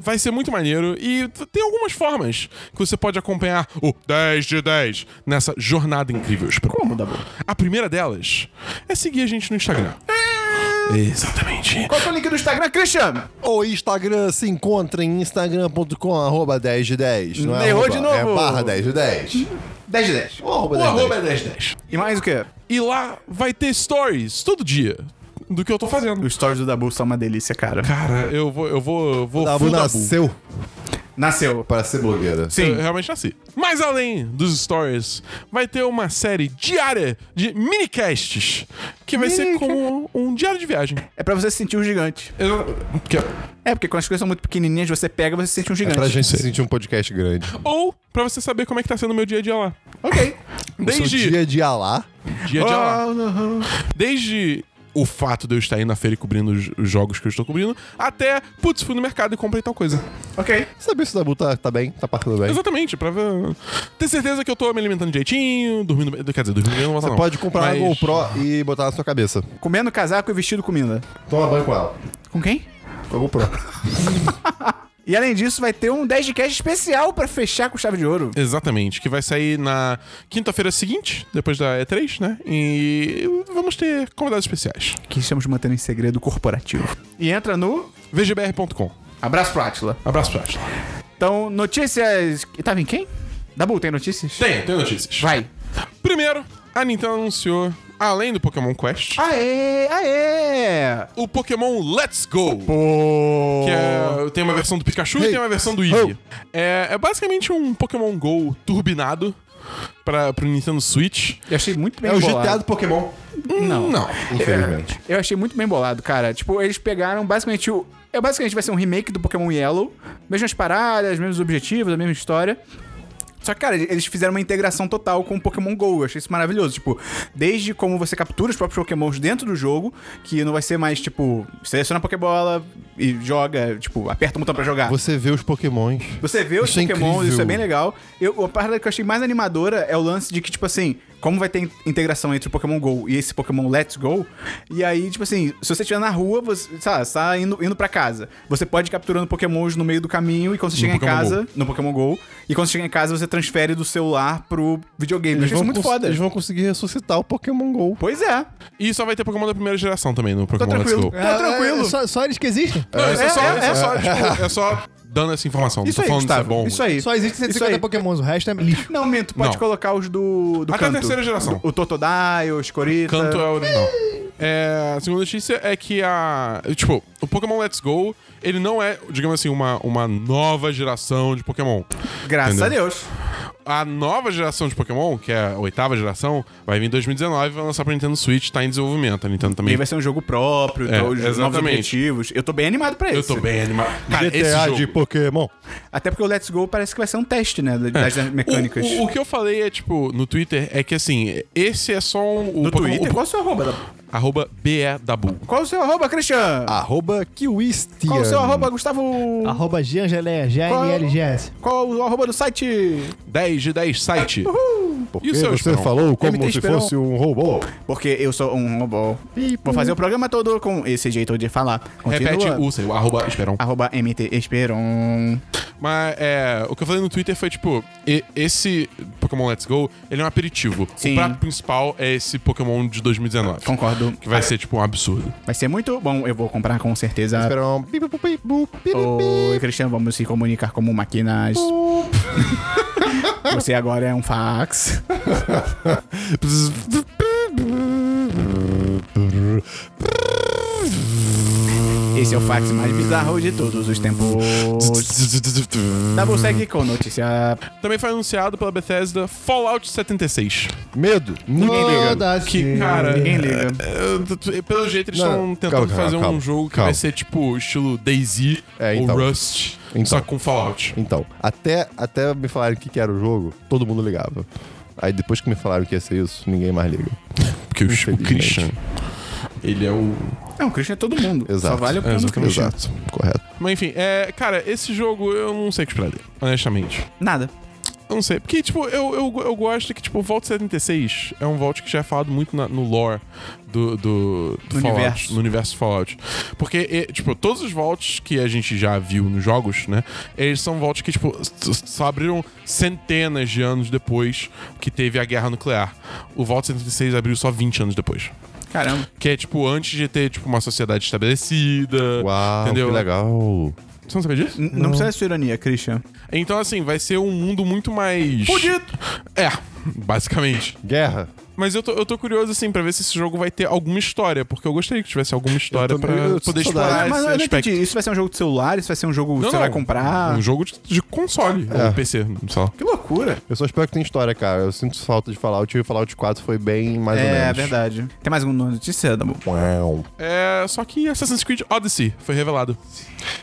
S4: Vai ser muito maneiro e t- tem algumas formas que você pode acompanhar o 10 de 10 nessa jornada incrível. Espero.
S1: Como, Dabu?
S4: A primeira delas é seguir a gente no Instagram. Exatamente.
S1: Qual que é o link do Instagram, Christian?
S2: O Instagram se encontra em instagram.com arroba 10 de 10. Não é
S1: Errou
S2: arroba,
S1: de novo.
S2: É barra 10 de 10.
S1: 10 de 10.
S2: O arroba
S4: O
S2: 10 de
S4: arroba
S2: 10.
S4: é 10 de 10.
S1: Oh. E mais o quê?
S4: E lá vai ter stories todo dia do que eu tô fazendo.
S1: Os stories do Dabu são uma delícia, cara.
S4: Cara, eu vou. Eu vou. eu Ah, vou
S2: Dabu
S4: full Dabu.
S2: nasceu
S1: Nasceu.
S2: para ser blogueira.
S1: Sim.
S4: Eu realmente nasci. Mas além dos stories, vai ter uma série diária de minicasts. Que vai ser como um diário de viagem.
S1: É pra você se sentir um gigante.
S4: Eu- que-
S1: É, porque quando as coisas são muito pequenininhas, você pega e você se sente um gigante.
S2: Pra gente
S4: Sim.
S2: sentir um podcast grande.
S4: Ou pra você saber como é que tá sendo o meu dia a dia lá.
S1: Ok.
S2: O
S4: Desde.
S2: seu dia de alá.
S4: dia a dia lá.
S1: Oh, no-
S4: Desde o fato de eu estar aí na feira e cobrindo os os jogos que eu estou cobrindo, até, putz, fui no mercado e comprei tal coisa.
S1: ok.
S2: Saber se o Dabu tá, tá bem, tá partindo bem.
S4: Exatamente, pra ver- ter certeza que eu tô me alimentando direitinho, dormindo bem. Quer dizer, dormindo bem eu não vou
S2: Você
S4: não.
S2: pode comprar
S4: Mas-
S2: uma GoPro e botar na sua cabeça.
S1: Comendo casaco e vestido comida.
S2: Toma banho com ela.
S1: Com quem?
S2: Com a GoPro.
S1: E além disso, vai ter um 10 de cast especial pra fechar com chave de ouro.
S4: Exatamente, que vai sair na quinta-feira seguinte, depois da E3, né? E vamos ter convidados especiais.
S1: Que estamos mantendo em segredo corporativo. E entra no...
S4: VGBR.com.
S1: Abraço pro Atila.
S4: Abraço pra Atila.
S1: Então, notícias... que Tava em quem? Dabu, tem notícias?
S4: Tem, tem notícias.
S1: Vai.
S4: Primeiro, a Nintendo anunciou, além do Pokémon Quest,
S1: Aê, aê.
S4: o Pokémon Let's Go. Que é, tem uma versão do Pikachu e
S2: Hey.
S4: tem uma versão do Eevee. É, é basicamente um Pokémon GO turbinado para pro Nintendo Switch.
S1: Eu achei muito bem
S2: É o
S1: bolado.
S2: GTA do Pokémon.
S1: Não.
S4: Não.
S2: Infelizmente.
S1: Eu achei muito bem bolado, cara. Tipo, eles pegaram basicamente o. É basicamente vai ser um remake do Pokémon Yellow. Mesmas paradas, mesmos objetivos, a mesma história. Só que, cara, eles fizeram uma integração total com o Pokémon GO. Eu achei isso maravilhoso. Tipo, desde como você captura os próprios Pokémons dentro do jogo, que não vai ser mais, tipo, seleciona a Pokébola e joga, tipo, aperta o botão pra jogar.
S2: Você vê os Pokémons.
S1: Você vê os
S2: Isso é
S1: Pokémon,
S2: incrível.
S1: isso é bem legal. Eu, a parte que eu achei mais animadora é o lance de que, tipo assim, como vai ter in- integração entre o Pokémon GO e esse Pokémon Let's Go, e aí, tipo assim, se você estiver na rua, você, sei lá, você tá indo, indo pra casa, você pode ir capturando Pokémons no meio do caminho e quando você chega em
S4: Pokémon
S1: casa, no Pokémon GO, e quando você chega em casa, você transfere do celular pro videogame. Eu achei isso muito
S2: cons-
S1: foda.
S2: eles vão conseguir ressuscitar o Pokémon GO.
S1: Pois é,
S4: E só vai ter Pokémon da primeira geração também no
S1: tô
S4: Pokémon Let's
S1: Tá tranquilo. Tô
S4: Go.
S3: É,
S1: tranquilo.
S3: é só, só eles que existem.
S4: Não, é,
S1: É,
S4: só,
S1: é,
S4: é, só, tipo, é só dando essa informação.
S1: Isso
S4: não
S1: aí,
S4: tô falando se é
S1: Gustavo.
S4: bom.
S1: Isso aí.
S3: Só existem
S1: Isso
S3: 150
S1: aí.
S3: pokémons, o resto é lixo.
S1: Não, minto, pode
S4: Não.
S1: colocar os do, do
S4: Até a
S1: canto.
S4: terceira geração.
S1: O Totodile, os Corita.
S4: Canto é original. É, a segunda notícia é que a. Tipo, o Pokémon Let's Go, ele não é, digamos assim, uma, uma nova geração de Pokémon.
S1: Graças
S4: é- Entendeu?
S1: a Deus.
S4: A nova geração de Pokémon, que é a oitava geração, vai vir em 2019, vai lançar pra Nintendo Switch, tá em desenvolvimento. A Nintendo
S1: E aí
S4: também.
S1: vai ser um jogo próprio,
S4: É,
S1: então, os novos
S4: exatamente.
S1: objetivos. Eu tô bem animado pra
S4: Eu
S1: isso.
S4: tô bem animado. Cara, esse
S2: GTA
S4: jogo-
S2: de Pokémon.
S1: Até porque o Let's Go parece que vai ser um teste, né? Das mecânicas.
S4: É. O, o- o que eu falei é, tipo, no Twitter, é que assim, esse é só um. O
S1: no
S4: Pokémon-
S1: Twitter?
S4: o-
S1: Qual o seu arroba?
S4: arroba BE Dabu.
S1: Qual o seu arroba, Christian?
S2: Arroba Kiwistian.
S1: Qual o seu arroba, Gustavo?
S3: Arroba Giangeleia, G-N-L-G-S.
S1: Qual o arroba do site?
S4: 10 de 10 site.
S1: Uhum.
S2: Porque
S4: E o seu,
S2: você
S4: Esperão?
S2: falou como
S1: MT
S2: se
S1: Esperão.
S2: fosse um robô.
S1: Porque eu sou um robô. Vou fazer o programa todo com esse jeito de falar. Continua. Ah.
S4: Repete o seu, arroba Esperon.
S1: Arroba MT Esperon.
S4: Mas é, o que eu falei no Twitter foi tipo: e- esse Pokémon Let's Go, ele é um aperitivo.
S1: Sim.
S4: O prato principal é esse Pokémon de 2019.
S1: Concordo.
S4: Que vai ser tipo um absurdo.
S1: Vai ser muito bom. Eu vou comprar com certeza.
S2: Esperão. Pi, pi, pi, pi, pi, pi,
S1: Oi, Cristiano, vamos se comunicar como máquinas. Você agora é um fax. Esse é o fax mais bizarro de todos os tempos. Dabu segue com notícia.
S4: Também foi anunciado pela Bethesda Fallout 76.
S2: Medo. Ninguém liga.
S3: Toda
S4: Que, cara,
S1: Ninguém liga.
S4: É, é, Pelo jeito, eles
S2: Não,
S4: estão
S2: calma,
S4: tentando
S2: calma,
S4: fazer um
S2: calma,
S4: jogo que
S2: calma.
S4: vai ser tipo estilo DayZ
S2: É, então.
S4: ou Rust, só
S2: Então.
S4: com Fallout.
S2: Então, até, até me falarem o que, que era o jogo, todo mundo ligava. Aí depois que me falaram que ia ser isso, ninguém mais liga.
S4: Porque o Chico
S2: Infelizmente.
S4: Christian, ele é o...
S1: Não, o Christian é todo mundo.
S2: Exato.
S1: Só vale o plano
S4: Exato.
S1: Christian.
S2: Exato, correto.
S4: Mas enfim, é, cara, esse jogo eu não sei o que esperar dele, honestamente.
S1: Nada.
S4: Eu não sei, porque, tipo, eu, eu, eu gosto que, tipo, o Vault 76 é um Vault que já é falado muito na- no lore do, do, do
S1: No
S4: Fallout,
S1: universo.
S4: no universo Fallout. Porque, e, tipo, todos os Vaults que a gente já viu nos jogos, né, eles são Vaults que, tipo, s- só abriram centenas de anos depois que teve a guerra nuclear. O Vault 76 abriu só 20 anos depois.
S1: Caramba.
S4: Que é, tipo, antes de ter, tipo, uma sociedade estabelecida.
S2: Uau,
S4: entendeu?
S2: que legal.
S4: Você não sabia disso?
S1: N- Não precisa de sua ironia, Christian.
S4: Então, assim, vai ser um mundo muito mais...
S1: Fudido.
S4: É, basicamente.
S2: Guerra.
S4: Mas eu tô, eu tô curioso, assim, pra ver se esse jogo vai ter alguma história, porque eu gostaria que tivesse alguma história
S2: Eu tô-
S4: pra
S2: eu tô
S4: poder
S2: com
S4: explorar
S2: saudade.
S1: Ah, mas
S4: esse
S1: eu não
S4: aspecto.
S1: entendi. Isso vai ser um jogo de celular? Isso vai ser um jogo que
S4: Não,
S1: você
S4: não.
S1: vai comprar?
S4: Um jogo de, de console,
S2: É.
S4: ou PC, sei lá.
S1: Que loucura.
S2: Eu só espero que tenha história, cara. Eu sinto falta de Fallout e o Fallout 4 foi bem mais ou menos.
S1: É, verdade. Tem mais alguma notícia, Dabu?
S2: Uau.
S4: É, só que Assassin's Creed Odyssey foi revelado,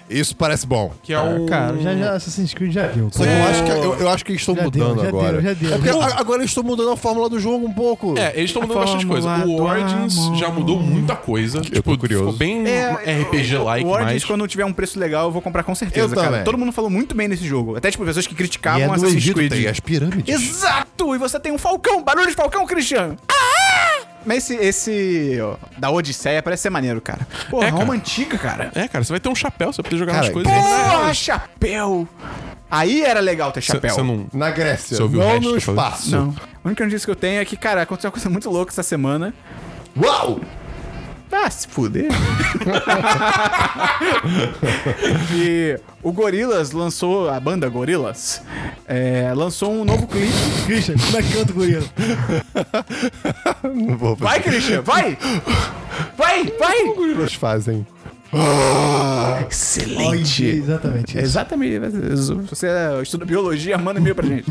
S2: Isso parece bom.
S4: que é um...
S1: cara,
S3: Já, já, Assassin's Creed já deu.
S2: Só que eu acho que, eu, eu acho que eles estão
S3: Já
S2: mudando
S3: deu, já
S2: agora.
S3: deu, já deu.
S2: É porque a- agora eles estão mudando a fórmula do jogo um pouco.
S4: É, eles estão mudando
S1: A
S4: bastante coisa.
S1: fórmula
S4: O
S1: do
S4: Origins
S1: amor.
S4: já mudou muita coisa. tipo,
S2: curioso.
S4: ficou bem
S1: O
S4: RPG-like,
S1: É, Origins,
S4: mas...
S1: quando tiver um preço legal, eu vou comprar com certeza,
S2: Eu
S1: cara.
S2: também.
S1: Todo mundo falou muito bem nesse jogo. Até, tipo, pessoas que criticavam
S2: E é no
S1: Assassin's
S2: Egito,
S1: Creed.
S2: tem as pirâmides.
S1: Exato! E você tem um falcão! Barulho de falcão, Christian! Ah! Mas esse, esse ó, da Odisseia parece ser maneiro, cara. Porra,
S4: É, cara.
S1: Roma antiga, cara.
S4: É, cara, você vai ter um chapéu, você vai poder jogar
S2: Cara,
S4: umas coisas.
S1: Porra, chapéu! Aí era legal ter chapéu.
S4: Você não...
S2: Na Grécia.
S4: Você ouviu o
S2: não
S4: resto que
S2: no
S4: eu falei?
S2: espaço.
S1: Não. A única notícia que eu tenho é que, cara, aconteceu uma coisa muito louca essa semana.
S2: Uau!
S1: Ah, se fuder. e o Gorillaz lançou, a banda Gorillaz, é, lançou um novo clipe.
S3: Christian, como é que canta o gorila?
S2: Não vou
S1: Vai, Christian, vai! Vai, vai!
S2: Eles fazem. Ah!
S1: Excelente!
S3: Exatamente.
S1: É
S3: isso.
S1: Exatamente. Você é, estuda biologia, manda e-mail pra gente.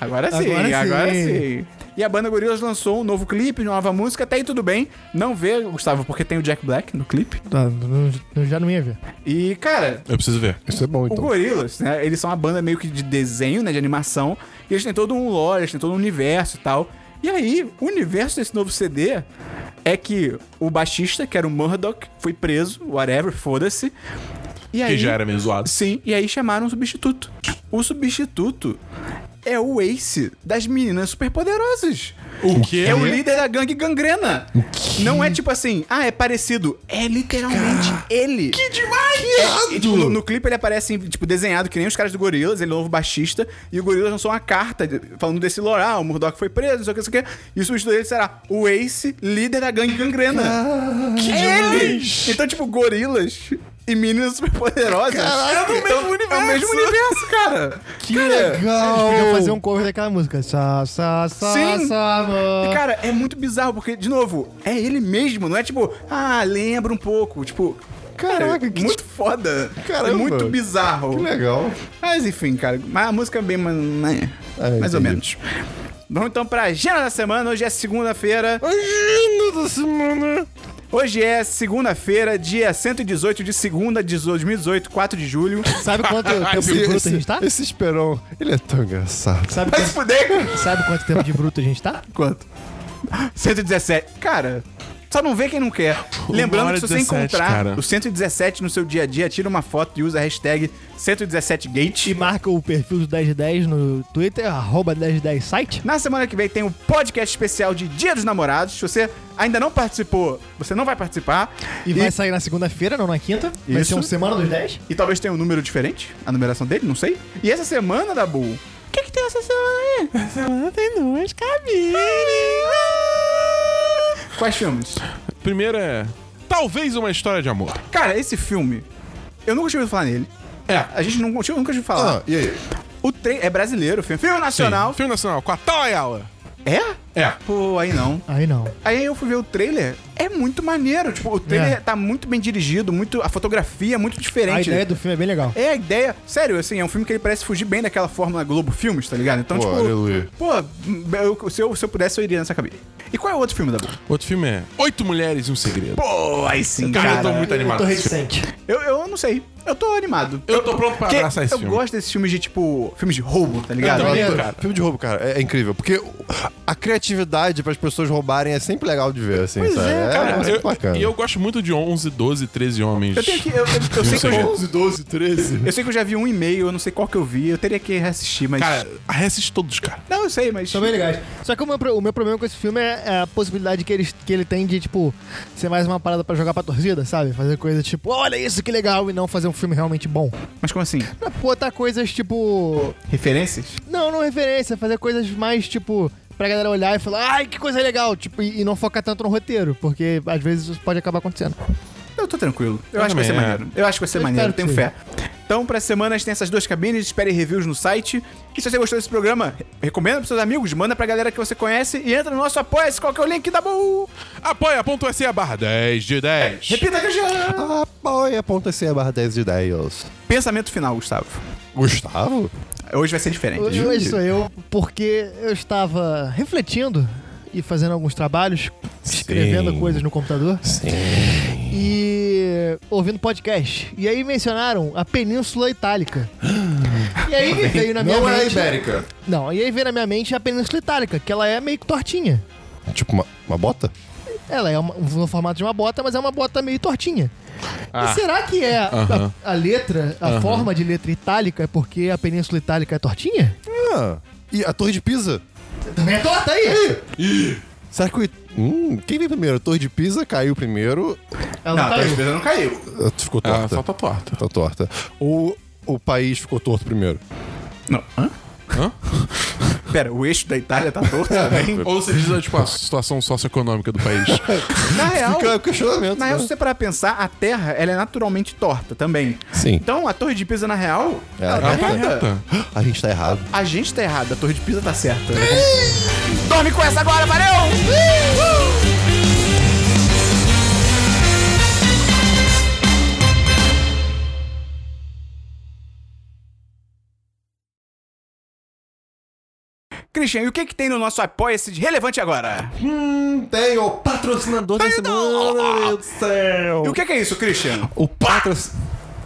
S1: Agora sim, agora
S3: Agora
S1: sim.
S3: sim.
S1: E a banda Gorillaz lançou um novo clipe, nova música, até aí tudo bem. Não vê, Gustavo, porque tem o Jack Black no clipe.
S3: Tá, não- eu já não ia ver.
S1: E, cara,
S4: Eu preciso ver.
S2: Isso é bom,
S1: o
S2: então.
S1: Gorillaz, né? Eles são uma banda meio que de desenho, né? De animação. E eles têm todo um lore, eles têm todo um universo e tal. E aí, o universo desse novo CD é que o baixista, que era o Murdoch, foi preso, whatever, foda-se. É, E aí,
S4: Que já era meio zoado.
S1: Sim, e aí chamaram um substituto. O substituto é o Ace das meninas superpoderosas.
S4: O quê?
S1: É o líder da gangue gangrena. Não é tipo assim, ah, é parecido. É literalmente ele. Que demais! tipo, no, no clipe ele aparece, tipo, desenhado que nem os caras do Gorilas, ele é o novo baixista, e o Gorilas lançou uma carta de- falando desse lore, ah, o Murdoch foi preso, não sei o que, não sei o que. E o substituto dele será o Ace, líder da gangue gangrena. que ele! Então, tipo, Gorilas... E meninas superpoderosas. É do mesmo universo. É o mesmo universo, cara.
S2: Que legal!
S3: Podia fazer um cover daquela música. Sa, sa, sa,
S1: Sim.
S3: sa,
S1: E,
S3: mo.
S1: cara, é muito bizarro, porque, de novo, é ele mesmo, não é tipo, ah, lembra um pouco. Tipo, cara,
S2: Caraca, que
S1: muito foda.
S2: Caramba.
S1: É muito bizarro.
S2: Que legal.
S1: Mas enfim, cara, mas a música é bem. ma- né,
S2: Ah,
S1: mais ou menos.
S2: entendi.
S1: Vamos então pra agenda da semana. Hoje é segunda-feira.
S2: Imagina da semana.
S1: Hoje é segunda-feira, dia 118 de segunda de 2018, 4 de julho.
S3: Sabe quanto tempo de bruto a gente tá?
S2: esse Esperon, ele é tão engraçado.
S3: Sabe,
S1: Vai se
S3: quanto-
S1: fuder!
S3: sabe quanto tempo de bruto a gente tá?
S1: Quanto? 117. Cara, só não vê quem não quer. Lembrando
S4: hora
S1: que se você
S4: 17,
S1: encontrar
S4: cara.
S1: o 117 no seu dia a dia, tira uma foto e usa a hashtag
S3: E
S1: 117Gate.
S3: marca o perfil do 1010 no Twitter, arroba 1010 site.
S1: Na semana que vem tem um podcast especial de Dia dos Namorados. Se você ainda não participou, você não vai participar.
S3: E, vai sair na segunda-feira, não na quinta. Vai
S1: Isso.
S3: ser uma semana dos 10.
S1: E talvez tenha um número diferente, a numeração dele, não sei. E essa semana, Dabu, o que, que tem essa semana aí? Essa semana tem duas cabines. Quais filmes?
S4: Primeiro é. Talvez uma história de amor.
S1: Cara, esse filme, eu nunca tinha ouvido falar nele.
S4: É.
S1: A gente não, eu nunca tinha ouvido falar.
S2: Ah, e aí?
S1: O trem é brasileiro, filme. Filme nacional.
S4: Filme nacional, com a Tal Ayala.
S1: É?
S4: É.
S1: Pô, aí não.
S3: Aí não.
S1: Aí eu fui ver o trailer, é muito maneiro. Tipo, o trailer
S3: É.
S1: tá muito bem dirigido, muito, a fotografia é muito diferente.
S3: A ideia do filme é bem legal.
S1: É a ideia. Sério, assim, é um filme que ele parece fugir bem daquela fórmula Globo Filmes, tá ligado? Então,
S2: Pô,
S1: tipo.
S2: aleluia.
S1: Pô, eu- se, eu, se eu pudesse, eu iria nessa cabine. E qual é o outro filme da boa?
S4: Outro filme é Oito Mulheres e um Segredo.
S1: Pô, aí sim,
S4: Cara, eu tô muito animado. com esse filme.
S3: reticente.
S1: Eu, eu não sei. Eu tô animado.
S4: Eu tô pronto pra
S1: Porque
S4: abraçar esse
S1: eu
S4: filme.
S1: gosto desses filmes de, tipo, filmes de roubo, tá ligado?
S4: Eu também.
S2: Cara,
S4: cara.
S2: Filme de roubo, cara, é, é incrível. Porque a criatividade para as pessoas roubarem é sempre legal de ver, assim, sabe? É,
S4: Cara,
S2: muito
S4: eu-
S2: bacana.
S4: e eu gosto muito de 11, 12, 13 homens.
S1: Eu tenho que. Eu, eu- eu sei que eu, já-
S2: 11, 12, 13.
S1: eu sei que eu já vi um e-mail, eu não sei qual que eu vi, eu teria que reassistir, mas.
S4: Cara, reassiste todos, cara.
S1: não, eu sei, mas.
S3: São bem legais. Só que o meu, pro- o meu problema com esse filme é é a possibilidade que ele, que ele tem de, tipo, ser mais uma parada pra jogar pra torcida, sabe? Fazer coisa tipo, olha isso que legal, e não fazer um filme realmente bom.
S1: Mas como assim?
S3: Pra botar coisas tipo.
S1: Referências?
S3: Não, não referência, fazer coisas mais tipo. Pra galera olhar e falar, ai, que coisa legal! Tipo, e, e não focar tanto no roteiro, porque às vezes isso pode acabar acontecendo.
S1: Eu tô tranquilo. Eu,
S4: Eu
S1: acho que vai ser
S4: também, é.
S1: maneiro. Eu acho que vai ser
S3: Eu
S1: maneiro, tenho
S3: espero que
S1: fé. Então, pra semana a gente tem essas duas cabines, espere reviews no site. E se você gostou desse programa, re- recomenda pros seus amigos, manda pra galera que você conhece e entra no nosso Apoia-se, qual que é o link da boa?
S4: Apoia.se barra 10 de 10.
S1: Repita, Cristiano!
S2: Ah, Apoia.se assim barra 10 de 10.
S1: Pensamento final, Gustavo.
S2: Gustavo?
S1: Hoje vai ser diferente.
S3: Hoje hoje sou eu, porque eu estava refletindo e fazendo alguns trabalhos, escrevendo coisas no computador. Sim. E ouvindo podcast. E aí mencionaram a Península Itálica. E aí me veio na minha
S2: Não é a
S3: mente.
S2: Ibérica.
S3: Não, e aí veio na minha mente a Península Itálica, que ela é meio que tortinha.
S2: Tipo, uma, uma bota?
S3: Ela é uma, no formato de uma bota, mas é uma bota meio tortinha.
S4: Ah.
S3: E será que é a-
S4: Aham.
S3: a, a letra, a forma de letra itálica é porque a Península Itálica é tortinha?
S2: Ah, e a Torre de Pisa?
S3: Também é torta aí!
S2: Será que o... It- Hum, quem veio primeiro? A Torre de Pisa caiu primeiro.
S3: Ela não, tá aí.
S1: não caiu.
S2: Ah, tu Ficou
S4: Ah,
S2: torta.
S4: só tá torta.
S2: Tá torta. Ou o país ficou torto primeiro?
S1: Não. Hã?
S4: Hã?
S1: Pera, o eixo da Itália tá torto também?
S4: Ou você diz, tipo, a situação socioeconômica do país.
S1: Na real,
S2: Fica o questionamento.
S1: na
S2: né?
S1: real, se você parar pra pensar, a Terra, ela é naturalmente torta também.
S2: Sim.
S1: Então, a Torre de Pisa, na real, ela
S2: Ela
S1: tá
S4: Ela tá
S1: reta.
S4: reta.
S2: A gente tá errado.
S1: A gente tá errado, a torre de pisa tá certa. Dorme com essa agora, valeu! Christian, e o que que tem no nosso Apoia-se de relevante agora?
S2: Hum, tem o patrocinador da semana, meu Deus do céu.
S1: E o que que é isso, Christian?
S2: O patro...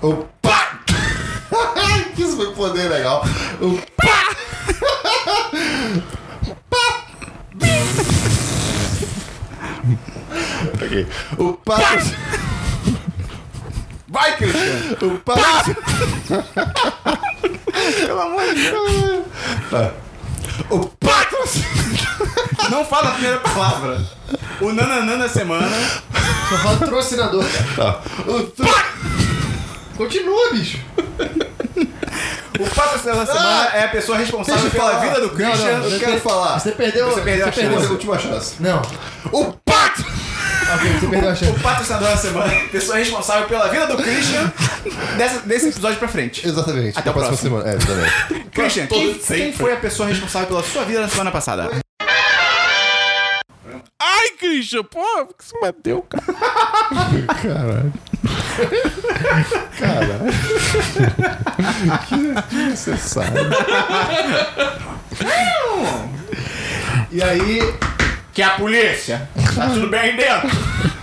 S2: O pá... que isso foi um poder legal. O pá... pá... ok. O patro...
S1: Vai, Christian!
S2: O patro... Pelo amor de Deus.
S1: É. O patrocínio. Não fala a primeira palavra. O nananã da semana.
S3: Só fala patrocinador. Continua, bicho.
S1: O patrocinador da semana é a pessoa responsável pela vida do Christian.
S2: eu quero falar.
S3: Você perdeu,
S1: Você perdeu a
S2: Essa é a
S1: chance.
S2: última chance.
S3: Não.
S2: O pacto!
S3: Ok, você perdeu a chance.
S1: O patrocinador da semana é a pessoa responsável pela vida do Christian dessa- desse episódio pra frente.
S2: Exatamente.
S1: Até
S2: Até
S1: a
S2: a próxima semana. É, exatamente.
S1: Christian, quem,
S4: todo
S1: quem foi a pessoa responsável pela sua vida na semana passada?
S4: Ai, Christian, pô, por que você bateu, cara?
S2: Caralho. Caralho. que necessário.
S3: E aí,
S1: Que é a polícia. Tá tudo bem aí dentro?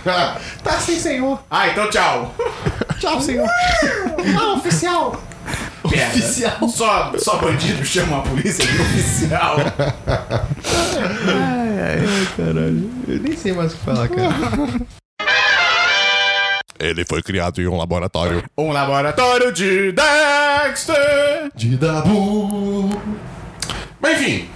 S2: tá sim, senhor.
S1: Ah, então tchau.
S2: Tchau, senhor. Ah, oficial.
S1: Merda.
S3: Oficial.
S1: Só, só bandido chama a polícia de oficial.
S3: eu nem sei mais o que falar, cara.
S4: Ele foi criado em um laboratório.
S1: Um laboratório de Dexter.
S2: De Dabu.
S4: Mas enfim,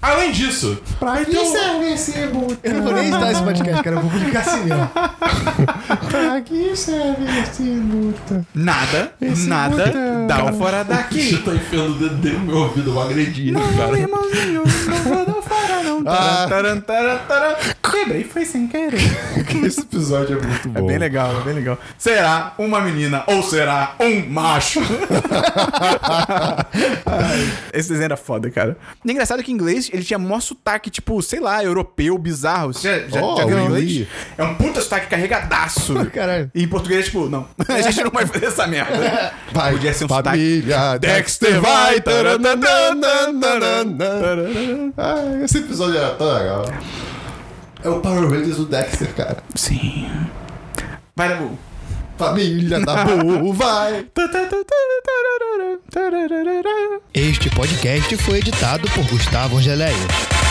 S4: além disso,
S2: Pra que serve esse
S3: Eu não vou nem editar esse podcast, cara. Eu vou publicar assim mesmo.
S2: Pra que serve esse luta?
S1: Nada,
S2: é
S1: nada,
S2: botão.
S1: dá um fora daqui.
S4: tá enfiando o dedo dentro do meu ouvido, eu vou agredir ele, cara.
S1: Irmãozinho, não vou dar um fora não.
S2: Ah.
S1: Taran, taran, taran, taran. Quebrei, foi sem querer.
S2: Esse episódio é muito bom.
S1: É bem legal, é bem legal. Será uma menina ou será um macho? Ai, Esse desenho era foda, cara. E é engraçado que em inglês ele tinha mó sotaque, tipo, sei lá, europeu, bizarro. Você já, já,
S2: Oh,
S1: já viu em
S2: oui.
S1: inglês? É um puta sotaque carregadaço.
S3: Caralho.
S1: E em português, tipo, não. A gente não vai fazer essa merda.
S2: Vai,
S1: Podia ser um
S2: família, Dexter vai! tarananana. Ah, esse episódio era tão legal. É o Power Rangers do Dexter, cara.
S1: Sim. Vai, Dabu.
S2: Família da Bu, vai!
S3: Este podcast foi editado por Gustavo Angeléia.